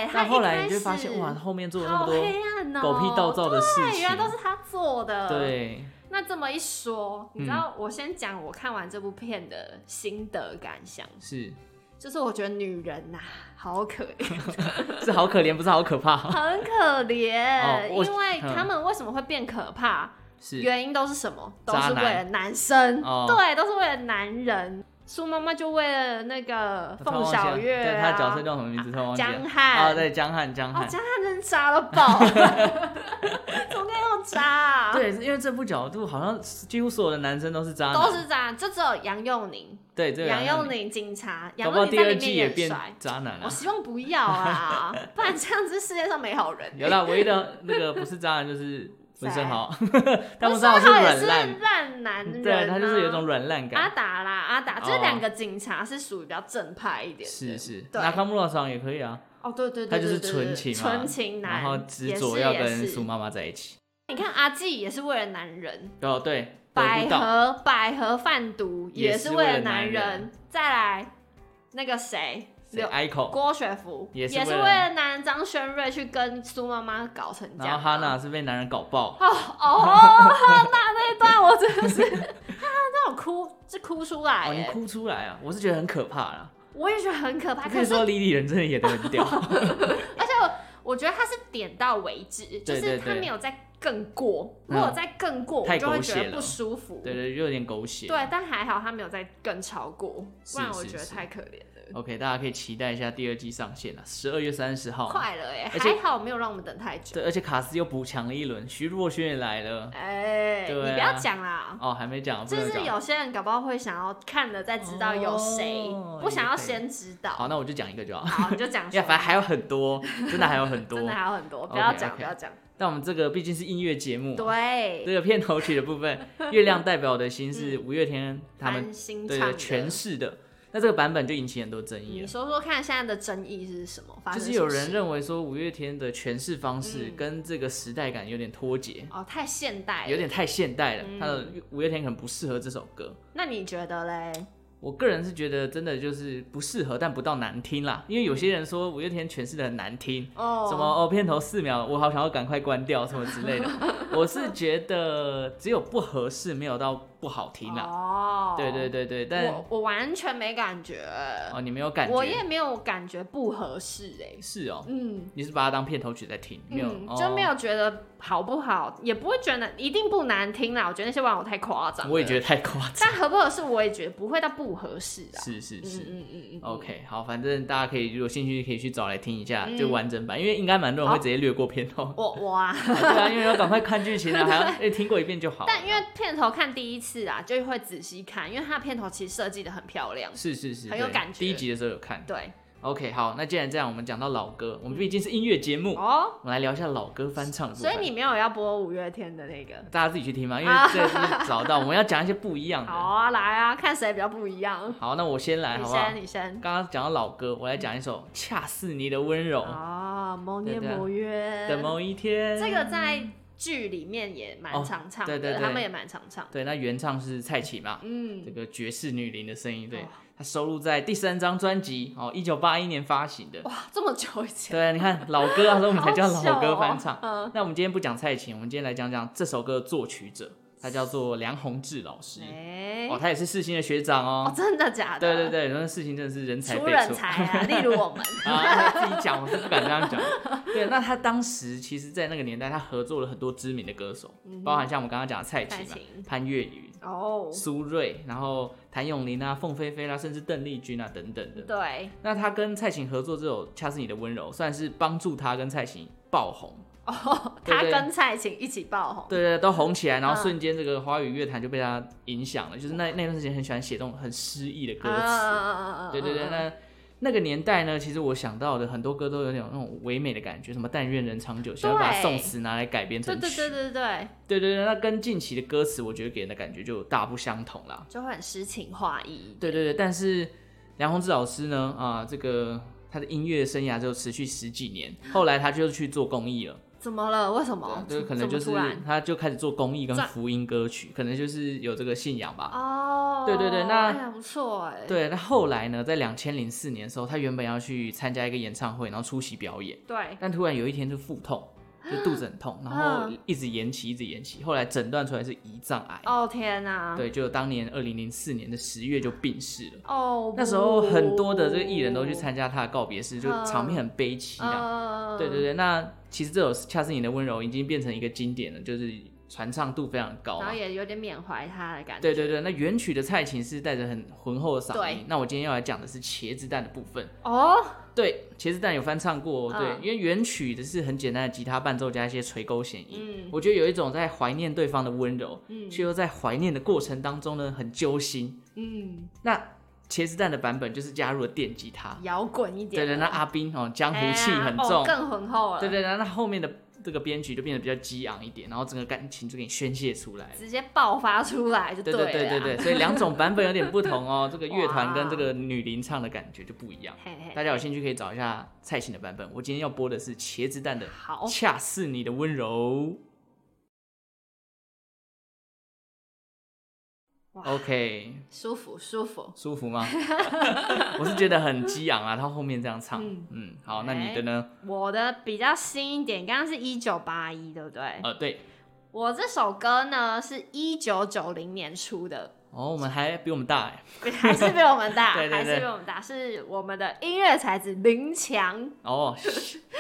Speaker 3: 她
Speaker 1: 但
Speaker 3: 一
Speaker 1: 后来
Speaker 3: 开
Speaker 1: 你就发现
Speaker 3: 始
Speaker 1: 哇，后面做了那
Speaker 3: 好
Speaker 1: 么多
Speaker 3: 黑暗哦，
Speaker 1: 狗屁倒灶的事
Speaker 3: 对，
Speaker 1: 情
Speaker 3: 原来都是她做的。，
Speaker 1: 对，
Speaker 3: 那这么一说，你
Speaker 1: 嗯
Speaker 3: 知道我先讲我看完这部片的心得感想，
Speaker 1: 是
Speaker 3: 就是我觉得女人呐、好
Speaker 1: *laughs*
Speaker 3: 可怜。
Speaker 1: 是好可怜，不是好可怕，
Speaker 3: 很可怜，
Speaker 1: 哦我
Speaker 3: 因为
Speaker 1: 嗯
Speaker 3: 他们为什么会变可怕？
Speaker 1: 是
Speaker 3: 原因都是什么？都
Speaker 1: 渣
Speaker 3: 是
Speaker 1: 男
Speaker 3: 为了男生，
Speaker 1: 哦
Speaker 3: 对，都是为了男人。苏妈妈就为了那个
Speaker 1: 我突然
Speaker 3: 凤
Speaker 1: 忘记了
Speaker 3: 小月
Speaker 1: 对
Speaker 3: 啊，
Speaker 1: 他的角色叫什么名字？突然忘记
Speaker 3: 江
Speaker 1: 了。
Speaker 3: 汉
Speaker 1: 啊，对，江汉，江
Speaker 3: 哦
Speaker 1: 汉，，
Speaker 3: 渣人渣到爆， *laughs* 怎么可以那么渣、啊？，
Speaker 1: 对，因为这部角度好像几乎所有的男生都是渣男，
Speaker 3: 都是渣，就只有杨佑宁，
Speaker 1: 对，啊这个
Speaker 3: 杨佑
Speaker 1: 宁，
Speaker 3: 宁警察，
Speaker 1: 搞
Speaker 3: 杨
Speaker 1: 不好
Speaker 3: 佑
Speaker 1: 第
Speaker 3: 宁在
Speaker 1: 二
Speaker 3: 里
Speaker 1: 季
Speaker 3: 面
Speaker 1: 也
Speaker 3: 很
Speaker 1: 变
Speaker 3: 帅。
Speaker 1: 渣男
Speaker 3: 我
Speaker 1: 了。
Speaker 3: 希望不要啊，不然这样子世界上没好人。
Speaker 1: 有啦，唯一的那个不是渣男就是
Speaker 3: *laughs*
Speaker 1: 温
Speaker 3: 谁
Speaker 1: 升豪， *laughs* 但
Speaker 3: 我
Speaker 1: 温
Speaker 3: 说
Speaker 1: 升豪
Speaker 3: 他
Speaker 1: 是
Speaker 3: 也
Speaker 1: 软
Speaker 3: 是
Speaker 1: 烂，
Speaker 3: 烂男人、啊，
Speaker 1: *laughs* 对他就是有一种软烂
Speaker 3: 阿
Speaker 1: 感。
Speaker 3: 达啦，阿达，这
Speaker 1: 哦
Speaker 3: 两个警察是属于比较正派一点的，
Speaker 1: 是是，
Speaker 3: 对
Speaker 1: 那康木老师也可以啊，
Speaker 3: 哦，对对对，
Speaker 1: 他就是
Speaker 3: 对对对
Speaker 1: 纯情嘛
Speaker 3: 纯情男，
Speaker 1: 然后执着要跟苏妈妈在一起。
Speaker 3: 你看阿纪也是为了男人，
Speaker 1: 哦，对，得
Speaker 3: 百
Speaker 1: 不到
Speaker 3: 合百合贩毒
Speaker 1: 也
Speaker 3: 是
Speaker 1: 是
Speaker 3: 为
Speaker 1: 为
Speaker 3: 了
Speaker 1: 了男
Speaker 3: 人，
Speaker 1: 人
Speaker 3: 再来那个谁，
Speaker 1: 谁
Speaker 3: 刘
Speaker 1: ，Ico，
Speaker 3: 郭雪芙
Speaker 1: 也是
Speaker 3: 是
Speaker 1: 为
Speaker 3: 为
Speaker 1: 了
Speaker 3: 了男人张轩瑞去跟苏妈妈搞成这
Speaker 1: 然后
Speaker 3: 样。
Speaker 1: 哈娜是被男人搞爆，
Speaker 3: 哦哦，
Speaker 1: *laughs*
Speaker 3: 哈娜那一段我真的是，哈娜那我哭是哭出来、
Speaker 1: 哦，你
Speaker 3: 欸，
Speaker 1: 哭出来啊！我是觉得很可怕啦。
Speaker 3: 我也觉得很可怕。
Speaker 1: 我
Speaker 3: 可
Speaker 1: 跟你
Speaker 3: 是
Speaker 1: 说，李李人真的演的很 *laughs* 屌，
Speaker 3: 而且我我觉得他是点到为止，就
Speaker 1: 对
Speaker 3: 是
Speaker 1: 对
Speaker 3: 他
Speaker 1: 对
Speaker 3: 没有再更过。
Speaker 1: 嗯
Speaker 3: 如果再更过，我
Speaker 1: 太
Speaker 3: 就会
Speaker 1: 狗
Speaker 3: 觉
Speaker 1: 血
Speaker 3: 得
Speaker 1: 了
Speaker 3: 不舒服。
Speaker 1: 对对，有点狗血。
Speaker 3: 对但还好他没有再更超过，
Speaker 1: 是
Speaker 3: 不然我
Speaker 1: 是
Speaker 3: 觉得
Speaker 1: 是
Speaker 3: 太可怜了。
Speaker 1: OK，大家可以期待一下第二季上线了，十二月三十号。
Speaker 3: 快了哎、
Speaker 1: 哦而且
Speaker 3: 还好没有让我们等太久。
Speaker 1: 对，而且卡斯又补强了一轮，徐若瑄也来了。
Speaker 3: 哎、
Speaker 1: 对啊
Speaker 3: 你不要讲啦。
Speaker 1: 哦，还没讲，不
Speaker 3: 就
Speaker 1: 能
Speaker 3: 是
Speaker 1: 讲。
Speaker 3: 有些人搞不好会想要看了再知道有谁，
Speaker 1: 哦
Speaker 3: 不想要
Speaker 1: 也可以
Speaker 3: 先知道。
Speaker 1: 好，那我就讲一个就好。 *laughs*
Speaker 3: 好，你就讲
Speaker 1: 呀，
Speaker 3: 说。
Speaker 1: 反正还有很多， *laughs* 真的还有很
Speaker 3: 真
Speaker 1: 多
Speaker 3: 的。还有很多，不
Speaker 1: OK，
Speaker 3: 要讲，
Speaker 1: OK
Speaker 3: 不要讲。
Speaker 1: 但我们这个毕竟是音乐节目，这
Speaker 3: 对，
Speaker 1: 个片头曲的部分，《月亮代表我的心》是五月天他们
Speaker 3: 嗯翻新
Speaker 1: 对
Speaker 3: 唱
Speaker 1: 对
Speaker 3: 的
Speaker 1: 诠释的。那这个版本就引起很多争议
Speaker 3: 你
Speaker 1: 了，
Speaker 3: 说说看，现在的争议是什么？发
Speaker 1: 就
Speaker 3: 生
Speaker 1: 是
Speaker 3: 什
Speaker 1: 有
Speaker 3: 么
Speaker 1: 人
Speaker 3: 事
Speaker 1: 认为说五月天的诠释方式
Speaker 3: 嗯
Speaker 1: 跟这个时代感有点脱节，
Speaker 3: 哦，太现代了，
Speaker 1: 有点太现代了
Speaker 3: 嗯，
Speaker 1: 他的五月天可能不适合这首歌。
Speaker 3: 那你觉得嘞？
Speaker 1: 我个人是觉得真的就是不适合，但不到难听啦。因为有些人说五月天诠释的很难听，
Speaker 3: 哦
Speaker 1: 什么哦片头四秒，我好想要赶快关掉什么之
Speaker 3: *laughs*
Speaker 1: 类的。我是觉得只有不合适，没有到不好听啦。
Speaker 3: 哦，
Speaker 1: 对对对对，但
Speaker 3: 我我完全没感觉，
Speaker 1: 哦你没有感觉，
Speaker 3: 我也没有感觉不合适哎、
Speaker 1: 是哦，
Speaker 3: 嗯。
Speaker 1: 你是把它当片头曲在听，没有、
Speaker 3: 嗯，
Speaker 1: 哦
Speaker 3: 就没。有觉得好不好，也不会觉得一定不难听啦。我觉得那些玩偶太夸张，
Speaker 1: 哦我也觉得，太夸张。
Speaker 3: 但合不合适，我也觉得不会到不合适啊。
Speaker 1: 是是
Speaker 3: 嗯
Speaker 1: 是。
Speaker 3: 嗯嗯嗯嗯
Speaker 1: OK，好，反正大家可以如果兴趣可以去找来听一下，
Speaker 3: 嗯
Speaker 1: 就完整版，因为应该蛮多人会直接略过片头。
Speaker 3: 我我啊，
Speaker 1: 啊 *laughs* 对啊，因为要赶快看剧
Speaker 3: *laughs*
Speaker 1: 情啊，还要哎听过一遍就好了。
Speaker 3: 但因为片头看第一次啊，就会仔细看，因为它的片头其实设计的很漂亮。
Speaker 1: 是是是，
Speaker 3: 很有
Speaker 1: 对
Speaker 3: 感觉
Speaker 1: 第一集的时候有看。
Speaker 3: 对嗯
Speaker 1: OK，好，那既然这样，我们讲到老歌，我们毕竟是音乐节目，
Speaker 3: 哦，
Speaker 1: 我们来聊一下老歌翻唱的部
Speaker 3: 所
Speaker 1: 分。
Speaker 3: 以你没有要播五月天的那个，
Speaker 1: 大家自己去听嘛，因为
Speaker 3: 啊
Speaker 1: 这是找到我们要讲一些不一样
Speaker 3: *laughs* 好
Speaker 1: 的。
Speaker 3: 啊，来啊，看谁比较不一样。
Speaker 1: 好，那我先来
Speaker 3: 你
Speaker 1: 好不好
Speaker 3: 先，？你先。
Speaker 1: 刚刚讲到老歌，我来讲一
Speaker 3: 嗯
Speaker 1: 首《恰似你的温柔》。
Speaker 3: 啊，某
Speaker 1: 对
Speaker 3: 年
Speaker 1: 对啊
Speaker 3: 某月，
Speaker 1: 的某一天，
Speaker 3: 这个在剧里面也蛮常唱的，
Speaker 1: 哦对对对
Speaker 3: 他们也蛮常唱的。
Speaker 1: 对，那原唱是蔡琴嘛，这
Speaker 3: 嗯，哦
Speaker 1: 个爵士女伶的声音，对
Speaker 3: 哇，
Speaker 1: 她收录在第三张专辑哦，一九八一年发行的。
Speaker 3: *laughs* 哇，这么久以前，
Speaker 1: 对，你看老歌啊，所以我们才叫
Speaker 3: *laughs* 好久
Speaker 1: 老歌
Speaker 3: 哦
Speaker 1: 翻唱。
Speaker 3: 嗯，
Speaker 1: 那我们今天不讲蔡琴，我们今天来讲讲这首歌的作曲者，
Speaker 3: 嗯
Speaker 1: 他叫做梁鸿志老师。
Speaker 3: 哎，
Speaker 1: 哦，他也是世新的学长
Speaker 3: 哦
Speaker 1: 哦。，
Speaker 3: 真的假
Speaker 1: 对
Speaker 3: 的？
Speaker 1: 对，对，那世新真的是人才
Speaker 3: 出
Speaker 1: 辈
Speaker 3: 人
Speaker 1: 出。
Speaker 3: 才啊，例如我
Speaker 1: *laughs*
Speaker 3: 们。
Speaker 1: 啊，自己讲我是不敢这样讲。
Speaker 3: *laughs*
Speaker 1: 对，那他当时其实，在那个年代，他合作了很多知名的歌手，包含像我们刚刚讲的蔡琴
Speaker 3: 嗯蔡
Speaker 1: 嘛
Speaker 3: 琴、
Speaker 1: 潘越云、
Speaker 3: 哦，
Speaker 1: 苏芮，然后谭咏麟啊、凤飞飞啦、甚至邓丽君啊等等的。
Speaker 3: 对，
Speaker 1: 那他跟蔡琴合作这首《恰似你的温柔》，算是帮助他跟蔡琴爆红。
Speaker 3: 哦，
Speaker 1: 对
Speaker 3: 他
Speaker 1: 对
Speaker 3: 跟蔡琴一起爆红。
Speaker 1: 对对，都红起来，然后
Speaker 3: 嗯
Speaker 1: 瞬间这个华语乐坛就被他影响了，就是那那段时间很喜欢写这种很诗意的歌
Speaker 3: 啊啊
Speaker 1: 词。
Speaker 3: 啊啊啊
Speaker 1: 对对对，
Speaker 3: 啊
Speaker 1: 那那个年代呢，其实我想到的很多歌都有点那种唯美的感觉，什么“但愿人长久”，想要把宋词拿来改编
Speaker 3: 对
Speaker 1: 成曲。
Speaker 3: 对对对对，
Speaker 1: 对对对那跟近期的歌词，我觉得给人的感觉就大不相同啦。
Speaker 3: 就会很诗情画意。
Speaker 1: 对对对，但是梁鸿志老师呢，啊，这个他的音乐生涯就持续十几年，后来他就去做公益了。
Speaker 3: 怎么了？为什么？
Speaker 1: 对，就可
Speaker 3: 哦怎
Speaker 1: 能
Speaker 3: 么
Speaker 1: 就是
Speaker 3: 突然
Speaker 1: 他就开始做公益跟
Speaker 3: 赚
Speaker 1: 福音歌曲，可能就是有这个信仰吧。
Speaker 3: 哦，
Speaker 1: 对对对那
Speaker 3: 哎呀不错哎，
Speaker 1: 对，那后来呢，在两千零四年的时候，他原本要去参加一个演唱会，然后出席表演，
Speaker 3: 对，
Speaker 1: 但突然有一天就腹痛，就肚子很痛，然后
Speaker 3: 嗯
Speaker 1: 一直延期，一直延期，后来诊断出来是胰脏癌，
Speaker 3: 哦天哪，
Speaker 1: 对，就当年二零零四年的十月就病逝了。
Speaker 3: 哦，
Speaker 1: 那时候很多的这个艺人都去
Speaker 3: 不
Speaker 1: 参加他的告别式，就
Speaker 3: 嗯
Speaker 1: 场面很悲凄啊。
Speaker 3: 嗯，
Speaker 1: 对对对，那其实这首《恰似你的温柔》已经变成一个经典了，就是传唱度非常高
Speaker 3: 然
Speaker 1: 嘛
Speaker 3: 后。也有点缅怀他的感觉。
Speaker 1: 对对对，那原曲的蔡琴是带着很浑厚的嗓
Speaker 3: 对
Speaker 1: 音，那我今天要来讲的是茄子蛋的部分。
Speaker 3: 哦，
Speaker 1: 对，茄子蛋有翻唱过哦，对，
Speaker 3: 嗯
Speaker 1: 因为原曲的是很简单的吉他伴奏加一些垂钩弦音，
Speaker 3: 嗯
Speaker 1: 我觉得有一种在怀念对方的温柔，
Speaker 3: 嗯
Speaker 1: 却又在怀念的过程当中呢很揪心。
Speaker 3: 嗯，
Speaker 1: 那茄子蛋的版本就是加入了电吉他，
Speaker 3: 摇滚一
Speaker 1: 对
Speaker 3: 点
Speaker 1: 对，
Speaker 3: 了，
Speaker 1: 那阿斌哦江湖
Speaker 3: 哎呀
Speaker 1: 气很
Speaker 3: 哦
Speaker 1: 重，
Speaker 3: 更浑厚了，
Speaker 1: 对，对，然后那后面的这个编曲就变得比较激昂一点，然后整个感情就给你宣泄出来了。
Speaker 3: 直接爆发出来就
Speaker 1: 对
Speaker 3: 对
Speaker 1: 对对
Speaker 3: 了
Speaker 1: 对
Speaker 3: 啊
Speaker 1: 对，，所以两种版本有点不同
Speaker 3: *laughs*
Speaker 1: 哦，这个乐团跟
Speaker 3: 哇
Speaker 1: 这个女伶唱的感觉就不一样。
Speaker 3: 嘿嘿，
Speaker 1: 大家有兴趣可以找一下蔡琴的版本。我今天要播的是茄子蛋的
Speaker 3: 好哦
Speaker 1: 《恰似你的温柔
Speaker 3: 哇》。
Speaker 1: OK，
Speaker 3: 舒服舒服，
Speaker 1: 舒服吗？ *laughs* 我是觉得很激昂啊，他后面这样唱，
Speaker 3: 嗯
Speaker 1: 嗯好，那你的呢？
Speaker 3: 我的比较新一点，刚刚是一九八一，对不对？
Speaker 1: 呃，对，
Speaker 3: 我这首歌呢是一九九零年
Speaker 1: *laughs*
Speaker 3: 出的，
Speaker 1: 哦，我们还比我们大哎，
Speaker 3: 还是比我们大，
Speaker 1: 对对
Speaker 3: 还是
Speaker 1: 对
Speaker 3: 比我们大，是我们的音乐才子林强。 *laughs*
Speaker 1: 哦，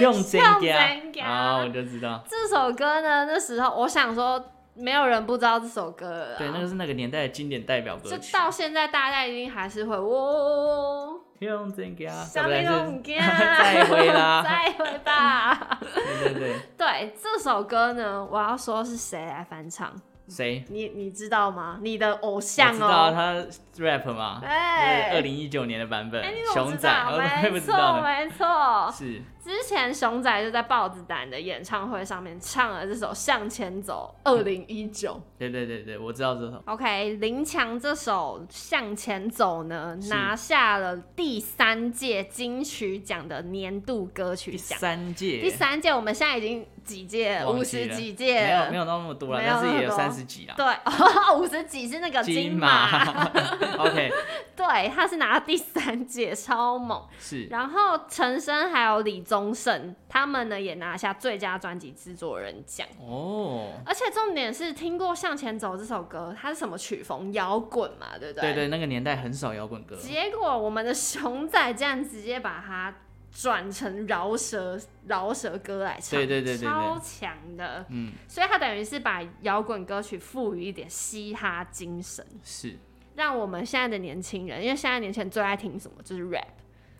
Speaker 1: 用真
Speaker 3: 真假
Speaker 1: 假啊，我就知道，
Speaker 3: 这首歌呢，那时候我想说，没有人不知道这首歌了啊。
Speaker 1: 对，那个是那个年代的经典代表歌
Speaker 3: 就
Speaker 1: 曲，
Speaker 3: 到现在，大家一定还是会哦，
Speaker 1: 用真假，
Speaker 3: 想你
Speaker 1: 对
Speaker 3: 弄
Speaker 1: 不对
Speaker 3: 惊，
Speaker 1: *laughs*
Speaker 3: 啊
Speaker 1: 再回啦，
Speaker 3: *laughs* 再回吧。
Speaker 1: 对对对，
Speaker 3: 对，这首歌呢，我要说是谁来翻唱？
Speaker 1: 谁？
Speaker 3: 你你知道吗？你的偶
Speaker 1: 我
Speaker 3: 像
Speaker 1: 知道
Speaker 3: 哦、
Speaker 1: 他 rap 嘛，
Speaker 3: 哎
Speaker 1: 二零一九年的版本
Speaker 3: 哎、你，怎么
Speaker 1: 熊
Speaker 3: 知
Speaker 1: 仔，
Speaker 3: 道？
Speaker 1: 我怎么会不
Speaker 3: 没
Speaker 1: 知道
Speaker 3: 错，
Speaker 1: 呢？
Speaker 3: 没错。
Speaker 1: 是，
Speaker 3: 之前熊仔就在豹子胆的演唱会上面唱了这首《向前走》，二零一九。
Speaker 1: 对对对对，我知道这首，
Speaker 3: OK，林强这首《向前走》呢，
Speaker 1: 是
Speaker 3: 拿下了第三届金曲奖的年度歌曲
Speaker 1: 第
Speaker 3: 奖。
Speaker 1: 三届，
Speaker 3: 第三届，我们现在已经几届了？五
Speaker 1: 忘记
Speaker 3: 十
Speaker 1: 了
Speaker 3: 几届
Speaker 1: 没有没
Speaker 3: 了。
Speaker 1: 有到那么多了，
Speaker 3: 没有
Speaker 1: 但是也有
Speaker 3: 那么多
Speaker 1: 三十几啦。
Speaker 3: 对， *laughs* 五十几是那个
Speaker 1: 金
Speaker 3: 马。
Speaker 1: 马 *laughs* ，OK，
Speaker 3: *laughs* 对，他是拿到第三届，超猛。
Speaker 1: 是
Speaker 3: 然后陈升还有李宗盛，他们呢也拿下最佳专辑制作人奖。
Speaker 1: 哦，
Speaker 3: 而且重点是，听过《向前走》这首歌，它是什么曲风？摇滚嘛，对不
Speaker 1: 对对，那个年代很少摇滚歌，
Speaker 3: 结果我们的熊仔竟然直接把它转成饶舌饶舌歌来唱，
Speaker 1: 对对对对对
Speaker 3: 超强的。
Speaker 1: 嗯，
Speaker 3: 所以他等于是把摇滚歌曲赋予一点嘻哈精神，
Speaker 1: 是
Speaker 3: 让我们现在的年轻人，因为现在年轻人最爱听什么就是 rap，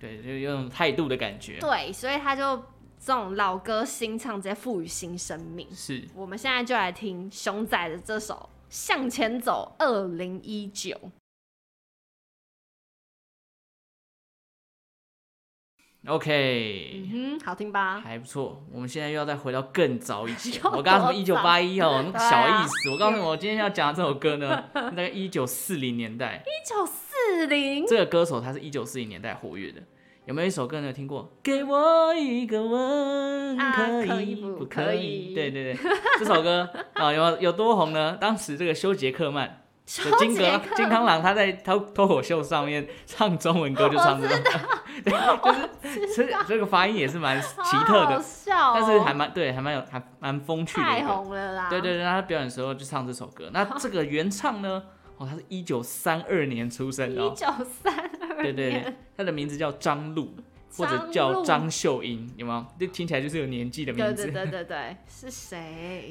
Speaker 1: 对，就有种态度的感觉，
Speaker 3: 对，所以他就这种老歌新唱直接赋予新生命。
Speaker 1: 是
Speaker 3: 我们现在就来听熊仔的这首《向前走》二零一九。
Speaker 1: OK，
Speaker 3: 嗯哼，好听吧？
Speaker 1: 还不错。我们现在又要再回到更早以前
Speaker 3: *laughs* 有，
Speaker 1: 我刚刚说
Speaker 3: 多
Speaker 1: 一九八一
Speaker 3: *laughs*
Speaker 1: 哦，那个
Speaker 3: 对
Speaker 1: 小
Speaker 3: 啊
Speaker 1: 意思。我告
Speaker 3: *laughs*
Speaker 1: 诉你，我今天要讲的这首歌呢，大概一九四零年代，
Speaker 3: 一九四零，
Speaker 1: 这个歌手他是一九四零年代活跃的。有没有一首歌你有听过？给我一个吻，
Speaker 3: 啊可以
Speaker 1: 以
Speaker 3: 不
Speaker 1: 不
Speaker 3: 可
Speaker 1: 可
Speaker 3: 以
Speaker 1: 对对对，这首
Speaker 3: *laughs*
Speaker 1: 歌啊有有多红呢？当时这个修杰克曼。
Speaker 3: 修
Speaker 1: 有金
Speaker 3: 杰
Speaker 1: 格
Speaker 3: 克
Speaker 1: 金刚狼他在脱脱口秀上面唱中文歌就唱这 *laughs* 种，对，就是这这个发音也是蛮奇特
Speaker 3: 好好
Speaker 1: 的，
Speaker 3: 笑哦、
Speaker 1: 但是还蛮对，还蛮有还蛮风趣的一
Speaker 3: 太
Speaker 1: 个。
Speaker 3: 红了啦。
Speaker 1: 对对对，他表演的时候就唱这首歌。那这个原唱呢？哦，他是一九三二年出生的
Speaker 3: 一
Speaker 1: 哦，
Speaker 3: 九三二
Speaker 1: 对
Speaker 3: 年，
Speaker 1: 对对，他的名字叫张璐，或者
Speaker 3: 张
Speaker 1: 叫
Speaker 3: 璐
Speaker 1: 张秀英，有没有？就听起来就是有年纪的名
Speaker 3: 对
Speaker 1: 字。
Speaker 3: 对对对对是 谁？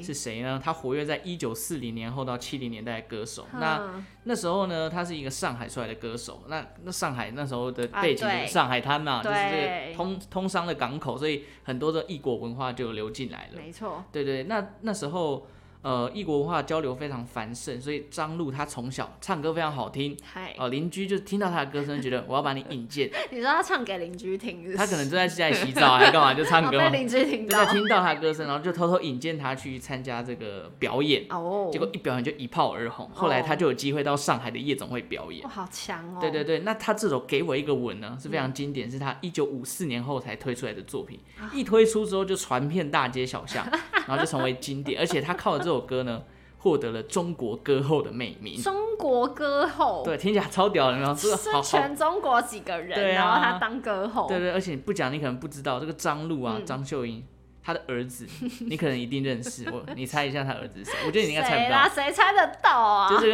Speaker 1: *laughs* 是谁呢？他活跃在一九四零年后到七零年代的歌手。
Speaker 3: 嗯
Speaker 1: 那那时候呢，他是一个上海出来的歌手。那那上海那时候的背景
Speaker 3: 啊对
Speaker 1: 就是上海滩嘛，就是这
Speaker 3: 对
Speaker 1: 个通通商的港口，所以很多的异国文化就流进来了。
Speaker 3: 没错，
Speaker 1: 对对，那那时候呃异国文化交流非常繁盛，所以张璐他从小唱歌非常好听。
Speaker 3: 嗨，
Speaker 1: 哦，邻居就听到他的歌声，觉得我要把你引荐。
Speaker 3: 你知道他唱给邻居听是不是，
Speaker 1: 他可能正在家里洗澡，还干嘛就唱
Speaker 3: 哦
Speaker 1: 歌
Speaker 3: 被
Speaker 1: 嘛，
Speaker 3: 邻居听
Speaker 1: 就
Speaker 3: 到
Speaker 1: 在听到他的歌声，然后就偷偷引荐他去参加这个表演。
Speaker 3: 哦，
Speaker 1: 结果一表演就一炮而红，后来他就有机会到上海的夜总会表演
Speaker 3: 哇，。好强哦，嗯
Speaker 1: 对对对，那他这首《给我一个吻》呢是非常经典，是他一九五四年后才推出来的作品，
Speaker 3: 啊
Speaker 1: 一推出之后就传遍大街小巷， *laughs* 然后就成为经典，而且他靠着这首歌呢获得了中国歌后的美名。
Speaker 3: 中国歌后，
Speaker 1: 对，听起来超屌的，然后这个好
Speaker 3: 是
Speaker 1: 好
Speaker 3: 全中国几个人，
Speaker 1: 对啊
Speaker 3: 然后他当歌后，
Speaker 1: 对对，而且你不讲你可能不知道，这个张璐
Speaker 3: 嗯
Speaker 1: 啊，张秀英。他的儿
Speaker 3: *laughs*
Speaker 1: 子，你可能一定认识我，你猜一下他儿子是谁？我觉得你应该猜
Speaker 3: 谁
Speaker 1: 不到
Speaker 3: 啦？，谁猜得到啊？
Speaker 1: 就这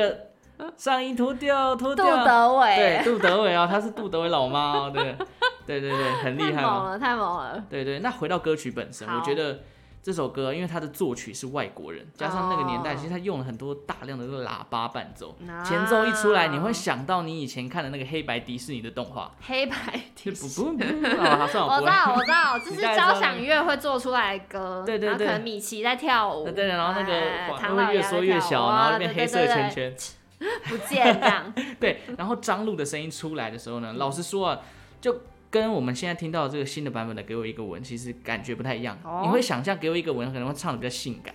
Speaker 1: 个上衣脱掉，脱
Speaker 3: 杜
Speaker 1: 掉，
Speaker 3: 德
Speaker 1: 对，
Speaker 3: 伟，
Speaker 1: 杜德伟哦，他是杜德伟老妈哦，对，对对对，很厉
Speaker 3: 太
Speaker 1: 害
Speaker 3: 猛
Speaker 1: 嘛。
Speaker 3: 了，太猛了，
Speaker 1: 对对，那回到歌曲本身，
Speaker 3: 好
Speaker 1: 我觉得这首歌，因为它的作曲是外国人，加上那个年代，
Speaker 3: 哦
Speaker 1: 其实他用了很多大量的那个喇叭伴奏
Speaker 3: 啊，
Speaker 1: 前奏一出来，你会想到你以前看的那个黑白迪士尼的动画。
Speaker 3: 黑白
Speaker 1: 就 *laughs*
Speaker 3: 提
Speaker 1: 不
Speaker 3: 示。
Speaker 1: 不不，啊，算了，
Speaker 3: 我
Speaker 1: 我
Speaker 3: 知
Speaker 1: 不
Speaker 3: 道，我
Speaker 1: 会。*laughs*
Speaker 3: 知道，这是
Speaker 1: 你大概知道
Speaker 3: 交响乐会做出来的歌，
Speaker 1: 对对
Speaker 3: 然后
Speaker 1: 对
Speaker 3: 可能米奇在跳舞，
Speaker 1: 那对，然后那
Speaker 3: 哎
Speaker 1: 个
Speaker 3: 唐
Speaker 1: 管
Speaker 3: 老
Speaker 1: 会越
Speaker 3: 鸭在
Speaker 1: 缩越
Speaker 3: 跳舞
Speaker 1: 小，然后那边
Speaker 3: 哦
Speaker 1: 黑色
Speaker 3: 对对对
Speaker 1: 圈
Speaker 3: 对
Speaker 1: 圈，
Speaker 3: 不见这样，
Speaker 1: 对，然后张璐的声音出来的时候呢，老实说啊，就跟我们现在听到的这个新的版本的《给我一个吻》，其实感觉不太一样。
Speaker 3: 哦
Speaker 1: 你会想象《给我一个吻》可能会唱的比较性感，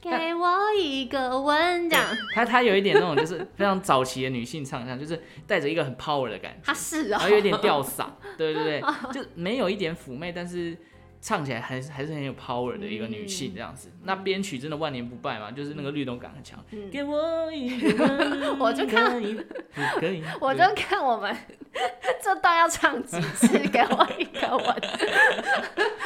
Speaker 3: 给我一个
Speaker 1: *laughs*
Speaker 3: 吻，这样，
Speaker 1: 它它有一点那种就是非常早期的女性唱腔，就是带着一个很 power 的
Speaker 3: *laughs*
Speaker 1: 感觉，
Speaker 3: 他是哦
Speaker 1: 然后，有一点吊嗓，对对
Speaker 3: *laughs*
Speaker 1: 对，就没有一点妩媚，但是。唱起来还是还是很有 power 的一个女性这样子，那编曲真的万年不败嘛，就是那个律动感很强。
Speaker 3: 嗯，
Speaker 1: 给我一个吻
Speaker 3: *laughs* 我就看
Speaker 1: 可以不可以？
Speaker 3: *laughs* 我就
Speaker 1: 对
Speaker 3: 看我们 *laughs* 这段要唱几次，给我一个吻。 *laughs*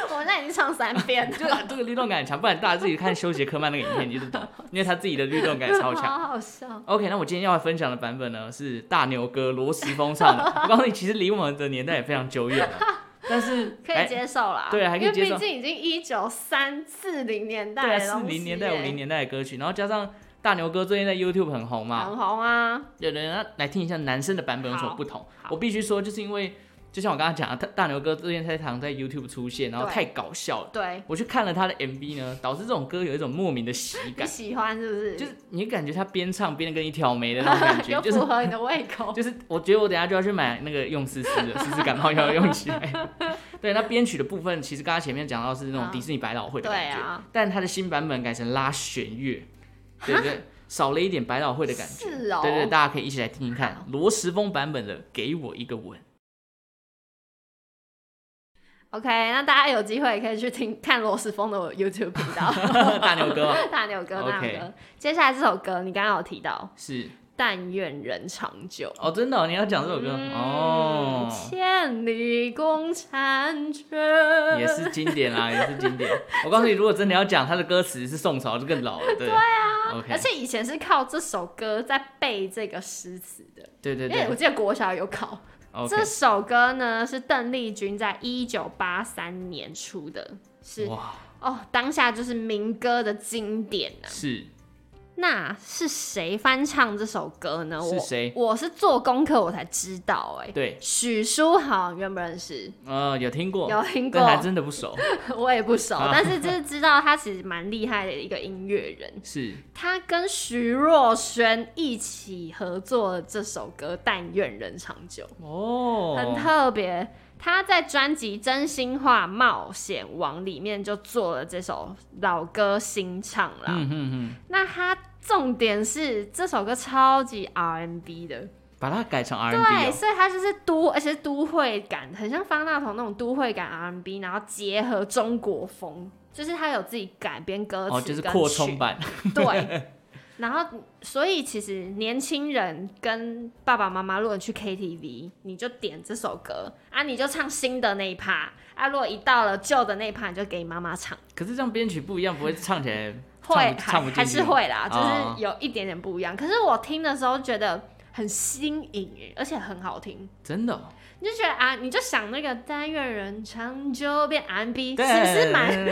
Speaker 3: 我们那已经唱三遍
Speaker 1: 就
Speaker 3: 了，
Speaker 1: 啊这个律动感很强，不然大家自己看修杰克曼那个影片你就懂，因为他自己的律动感超强。
Speaker 3: 好好笑。
Speaker 1: OK，那我今天要分享的版本呢是大牛哥罗时丰唱
Speaker 3: *laughs*
Speaker 1: 的，我告诉你，其实离我们的年代也非常久远了，但
Speaker 3: *laughs*
Speaker 1: 是
Speaker 3: 可以接受啦，
Speaker 1: 哎对还可以接
Speaker 3: 因为
Speaker 1: 受
Speaker 3: 毕竟已经一九三四零年
Speaker 1: 对
Speaker 3: 代
Speaker 1: 啊，
Speaker 3: 的
Speaker 1: 四
Speaker 3: 东西耶，
Speaker 1: 零年代、五零年代的歌曲，然后加上大牛哥最近在 YouTube 很红嘛，
Speaker 3: 很红啊，
Speaker 1: 对对，那来听一下男生的版本有什么不同
Speaker 3: 好。好
Speaker 1: 我必须说，就是因为就像我刚刚讲的，大大牛哥最近太常在 YouTube 出现，然后
Speaker 3: 对
Speaker 1: 太搞笑了，
Speaker 3: 对，
Speaker 1: 我去看了他的 MV 呢，导致这种歌有一种莫名的喜
Speaker 3: 你
Speaker 1: 感。
Speaker 3: 喜欢 *laughs* 是不是？ *laughs*
Speaker 1: 就是你感觉他边唱边跟一条眉的那种感觉，
Speaker 3: 有
Speaker 1: 就是
Speaker 3: 符合你的胃
Speaker 1: *laughs*
Speaker 3: 口，
Speaker 1: 就是，我觉得我等一下就要去买那个用思思的思思感冒药用起来。 *laughs* 对，那编曲的部分其实刚刚前面讲到是那种
Speaker 3: 嗯
Speaker 1: 迪士尼百老汇的
Speaker 3: 对
Speaker 1: 感觉，
Speaker 3: 啊
Speaker 1: 但它的新版本改成拉弦乐，对不 *laughs* 对？少了一点百老汇的感觉。
Speaker 3: 是哦，
Speaker 1: 对对，大家可以一起来听听看罗时丰版本的《给我一个吻》。
Speaker 3: OK，那大家有机会也可以去听看罗斯峰的 YouTube 频道，
Speaker 1: *laughs* 大牛哥
Speaker 3: *laughs* 大牛哥，大牛
Speaker 1: OK
Speaker 3: 哥。接下来这首歌，你刚刚有提到，
Speaker 1: 是
Speaker 3: 但愿人长久。
Speaker 1: 哦，真的哦、你要讲这首歌、哦，
Speaker 3: 千里共婵
Speaker 1: *laughs*
Speaker 3: 娟。
Speaker 1: 也是经典 *laughs* 啦，也是经典。我告诉你，如果真的要讲它的歌词是宋朝，就更老了。对啊，OK，
Speaker 3: 而且以前是靠这首歌在背这个诗词的，
Speaker 1: 对对
Speaker 3: 因为
Speaker 1: 对
Speaker 3: 我记得国小有考。
Speaker 1: ，OK，
Speaker 3: 这首歌呢是邓丽君在一九八三年出的，是
Speaker 1: 哇，
Speaker 3: 哦，当下就是民歌的经典啊。
Speaker 1: 是
Speaker 3: 那是谁翻唱这首歌呢？
Speaker 1: 是谁
Speaker 3: 我我是做功课我才知道、哎，
Speaker 1: 对，
Speaker 3: 许书豪你认不认识？
Speaker 1: 呃，有听过，
Speaker 3: 有听过
Speaker 1: 但还真的不熟。
Speaker 3: *laughs* 我也不熟，
Speaker 1: 啊
Speaker 3: 但是就是知道他其实蛮厉害的一个音乐人。
Speaker 1: 是
Speaker 3: 他跟徐若瑄一起合作了这首歌《但愿人长久》，
Speaker 1: 哦，
Speaker 3: 很特别。他在专辑《真心话冒险王》里面就做了这首老歌新唱啦。
Speaker 1: 嗯嗯嗯，
Speaker 3: 那他重点是这首歌超级 R&B 的，
Speaker 1: 把它改成 R&B
Speaker 3: 对，
Speaker 1: 哦，
Speaker 3: 所以它就是都，而且是都会感，很像方大同那种都会感 R&B，然后结合中国风，就是他有自己改编歌词、
Speaker 1: 哦，就是扩充，版，
Speaker 3: *laughs* 对。然后，所以其实年轻人跟爸爸妈妈，如果你去 KTV，你就点这首歌啊，你就唱新的那一趴啊。如果一到了旧的那一趴，你就给妈妈唱，
Speaker 1: *laughs* 可是这样编曲不一样，不会唱起来
Speaker 3: *laughs* 会
Speaker 1: 唱不唱
Speaker 3: 还
Speaker 1: 不
Speaker 3: 还
Speaker 1: 进
Speaker 3: 是
Speaker 1: 去。
Speaker 3: 会啦，
Speaker 1: 哦
Speaker 3: 就是有一点点不一样。可是我听的时候觉得很新颖，而且很好听。
Speaker 1: 真的哦，
Speaker 3: 你就觉得啊，你就想那个但愿人长久变 R&B，其
Speaker 1: 对，
Speaker 3: 实是
Speaker 1: *laughs*
Speaker 3: 蛮 *laughs*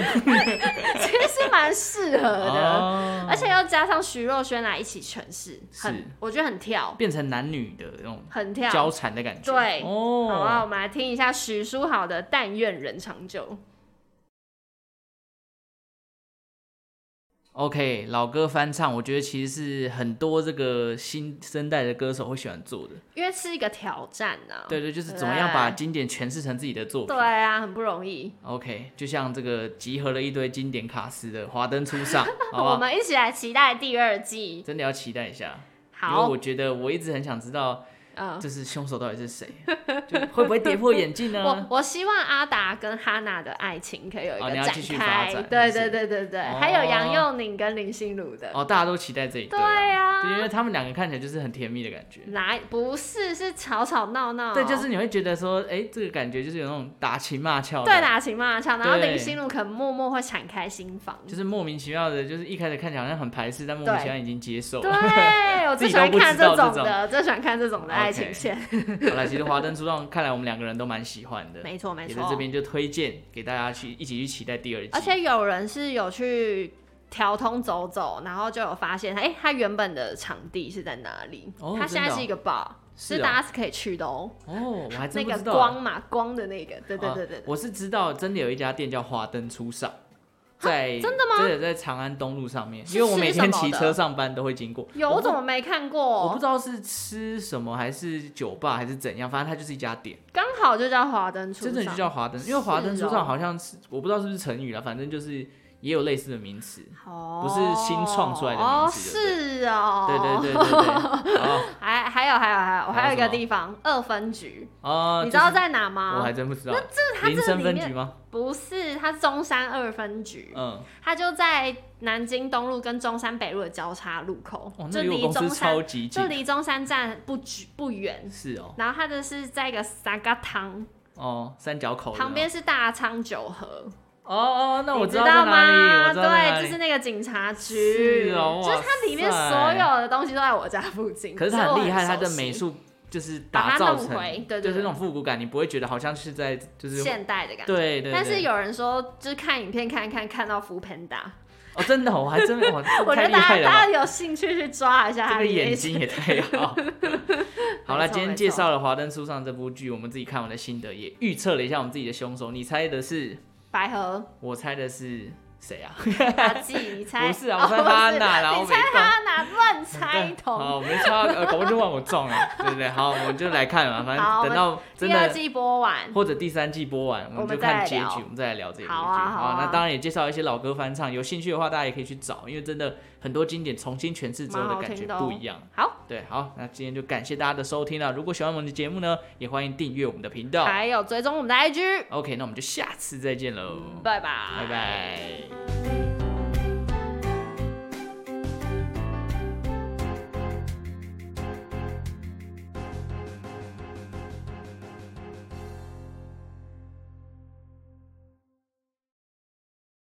Speaker 3: 其实是蛮适合的，
Speaker 1: 哦
Speaker 3: 而且又加上徐若瑄来一起诠释，
Speaker 1: 是
Speaker 3: 很我觉得很跳，
Speaker 1: 变成男女的那种
Speaker 3: 很跳。
Speaker 1: 交缠的感觉。
Speaker 3: 对好啊，
Speaker 1: 哦，
Speaker 3: 我们来听一下许书豪的《但愿人长久》。
Speaker 1: OK，老歌翻唱，我觉得其实是很多这个新生代的歌手会喜欢做的。
Speaker 3: 因为是一个挑战啊，
Speaker 1: 对对，就是怎么样把
Speaker 3: 对
Speaker 1: 经典诠释成自己的作品
Speaker 3: 对。啊，很不容易。
Speaker 1: OK，就像这个集合了一堆经典卡司的《华灯初
Speaker 3: *laughs*
Speaker 1: 上》，好啊不
Speaker 3: 我
Speaker 1: 好？
Speaker 3: 们一起来期待第二季。
Speaker 1: 真的要期待一下，因为
Speaker 3: 好
Speaker 1: 我，觉得我一直很想知道，
Speaker 3: 嗯，
Speaker 1: 就是凶手到底是谁，
Speaker 3: *laughs*
Speaker 1: 就会不会跌破眼镜
Speaker 3: 我
Speaker 1: 呢？
Speaker 3: 我希望阿达跟哈娜的爱情可以有一
Speaker 1: 哦
Speaker 3: 个
Speaker 1: 你要
Speaker 3: 展
Speaker 1: 继续
Speaker 3: 开，
Speaker 1: 发展
Speaker 3: 对
Speaker 1: 是不
Speaker 3: 对
Speaker 1: 是
Speaker 3: 对对对，
Speaker 1: 哦
Speaker 3: 还有杨佑宁跟林心如的，
Speaker 1: 哦，大家都期待这一
Speaker 3: 对
Speaker 1: 啊，
Speaker 3: 啊，嗯
Speaker 1: 就因为他们两个看起来就是很甜蜜的感觉。
Speaker 3: 来不是是吵吵闹闹，
Speaker 1: 对，就是你会觉得说，哎，这个感觉就是有那种打情骂俏的，
Speaker 3: 对打情骂俏，然后
Speaker 1: 对
Speaker 3: 林心如可能默默会敞开心房，
Speaker 1: 就是莫名其妙的，就是一开始看起来好像很排斥，但莫名其妙已经接受
Speaker 3: *laughs* 对
Speaker 1: 了。
Speaker 3: 我最喜
Speaker 1: 自己都
Speaker 3: 欢
Speaker 1: 不
Speaker 3: 看
Speaker 1: 知道
Speaker 3: 种
Speaker 1: 这种
Speaker 3: 的，最喜欢看这种的爱爱情线。
Speaker 1: *laughs* 好了，其实《华灯初上》看来我们两个人都蛮喜欢的，
Speaker 3: 没错没
Speaker 1: 也
Speaker 3: 错
Speaker 1: 在。这边就推荐给大家去一起去期待第二季。
Speaker 3: 而且有人是有去调通走走，然后就有发现，哎、他原本的场地是在哪里？
Speaker 1: 哦
Speaker 3: 他现在
Speaker 1: 真的哦
Speaker 3: 是一个 bar，
Speaker 1: 是
Speaker 3: 所以
Speaker 1: 哦
Speaker 3: 大家是可以去的哦。
Speaker 1: 哦，我还真
Speaker 3: 那
Speaker 1: 不
Speaker 3: 个
Speaker 1: 知道欸。
Speaker 3: 光嘛，光的那个，对对
Speaker 1: 啊
Speaker 3: 对对对。
Speaker 1: 我是知道，真的有一家店叫华灯初上，在真的
Speaker 3: 吗？
Speaker 1: 真的在长安东路上面，
Speaker 3: 是
Speaker 1: 因为我每
Speaker 3: 吃什
Speaker 1: 天
Speaker 3: 么的
Speaker 1: 骑车上班都会经过。
Speaker 3: 有，
Speaker 1: 我
Speaker 3: 我
Speaker 1: 不
Speaker 3: 怎么没看
Speaker 1: 我不
Speaker 3: 过
Speaker 1: 知？道是吃什么，还是酒吧，还是怎样，反正它就是一家店，
Speaker 3: 刚好就叫华灯初
Speaker 1: 真
Speaker 3: 上，
Speaker 1: 的就叫华灯，因为华灯初
Speaker 3: 是哦
Speaker 1: 上好像是我不知道是不是成语了，反正就是也有类似的名词。
Speaker 3: 哦，
Speaker 1: 不是新创出来的名字对
Speaker 3: 哦，是哦，
Speaker 1: 对对对对
Speaker 3: *laughs*
Speaker 1: 对，哦
Speaker 3: 还还有还有还有，我还有
Speaker 1: 还有什
Speaker 3: 一个
Speaker 1: 么
Speaker 3: 地方，二分局，
Speaker 1: 哦，
Speaker 3: 你知
Speaker 1: 就
Speaker 3: 道
Speaker 1: 是
Speaker 3: 在哪吗？
Speaker 1: 我还真不知道，
Speaker 3: 它
Speaker 1: 林
Speaker 3: 这
Speaker 1: 森
Speaker 3: 里
Speaker 1: 分
Speaker 3: 面
Speaker 1: 局吗？
Speaker 3: 不是，它是中山二分局，
Speaker 1: 嗯，
Speaker 3: 它就在南京东路跟中山北路的交叉路口，
Speaker 1: 哦，
Speaker 3: 就
Speaker 1: 那离
Speaker 3: 离
Speaker 1: 我
Speaker 3: 中
Speaker 1: 公司超
Speaker 3: 山，
Speaker 1: 级
Speaker 3: 就
Speaker 1: 近，
Speaker 3: 离中山站不距不远。
Speaker 1: 是哦，
Speaker 3: 然后它的是在一个沙嘎汤
Speaker 1: 哦，三角口的
Speaker 3: 旁
Speaker 1: 那
Speaker 3: 边是大昌九和，
Speaker 1: 哦哦，那我
Speaker 3: 你知
Speaker 1: 道在哪里，
Speaker 3: 吗？
Speaker 1: 我知道在哪
Speaker 3: 对，
Speaker 1: 里
Speaker 3: 就是那个警察局，
Speaker 1: 是哦
Speaker 3: 就是
Speaker 1: 哇
Speaker 3: 它里面
Speaker 1: 塞
Speaker 3: 所有的东西都在我家附近。
Speaker 1: 可是
Speaker 3: 所以
Speaker 1: 他
Speaker 3: 我
Speaker 1: 很厉害，他
Speaker 3: 熟
Speaker 1: 的
Speaker 3: 悉
Speaker 1: 美术就是
Speaker 3: 把它
Speaker 1: 打造
Speaker 3: 弄
Speaker 1: 成
Speaker 3: 回对对
Speaker 1: 就是那
Speaker 3: 对
Speaker 1: 种复古感，你不会觉得好像是在就是
Speaker 3: 现代的感觉。
Speaker 1: 对对对。
Speaker 3: 但是有人说，就是看影片看一看，看到福 Panda，
Speaker 1: 哦，真的哦，我还真
Speaker 3: *laughs*
Speaker 1: 我
Speaker 3: 我觉
Speaker 1: 太
Speaker 3: 得
Speaker 1: 厉
Speaker 3: 大
Speaker 1: 害
Speaker 3: 家
Speaker 1: 了
Speaker 3: 大
Speaker 1: 吧，
Speaker 3: 家有兴趣去抓一下
Speaker 1: 这
Speaker 3: 他
Speaker 1: 个
Speaker 3: 的那
Speaker 1: 眼
Speaker 3: 一
Speaker 1: 睛也
Speaker 3: *laughs*
Speaker 1: 太好。 *laughs* 好了，
Speaker 3: 没错
Speaker 1: 今
Speaker 3: 没
Speaker 1: 天介
Speaker 3: 错
Speaker 1: 绍了《华灯初上》这部剧，我们自己看完的心得，也预测了一下我们自己的凶手。你猜的是，
Speaker 3: 百合、
Speaker 1: 我猜的是谁
Speaker 3: *laughs*
Speaker 1: 啊？
Speaker 3: 阿纪，你猜？
Speaker 1: 不是啊
Speaker 3: 哦
Speaker 1: 我猜哈娜啦
Speaker 3: 不
Speaker 1: 我
Speaker 3: 是
Speaker 1: 没
Speaker 3: 你猜
Speaker 1: 中
Speaker 3: 哈娜，
Speaker 1: *laughs*
Speaker 3: 乱猜筒。
Speaker 1: 好，我没猜到，呃，搞不好就让我中了，对不对？好，我们就来看嘛，反
Speaker 3: 好
Speaker 1: 正等到真
Speaker 3: 第二
Speaker 1: 的
Speaker 3: 季播完，
Speaker 1: 或者第三季播完，
Speaker 3: 我
Speaker 1: 们
Speaker 3: 们
Speaker 1: 就
Speaker 3: 再来
Speaker 1: 看结
Speaker 3: 聊
Speaker 1: 局，我们再来聊这一部剧。
Speaker 3: 好啊好啊
Speaker 1: 那当然也介绍一些老歌翻唱，有兴趣的话大家也可以去找，因为真的很多经典重新诠释之后
Speaker 3: 蛮好
Speaker 1: 感觉
Speaker 3: 听的哦
Speaker 1: 不一样。
Speaker 3: 好，
Speaker 1: 对，好，那今天就感谢大家的收听了。如果喜欢我们的节目呢，也欢迎订阅我们的频道。
Speaker 3: 还有追踪我们的 IG，
Speaker 1: OK，那我们就下次再见喽，
Speaker 3: 拜拜，
Speaker 1: 拜拜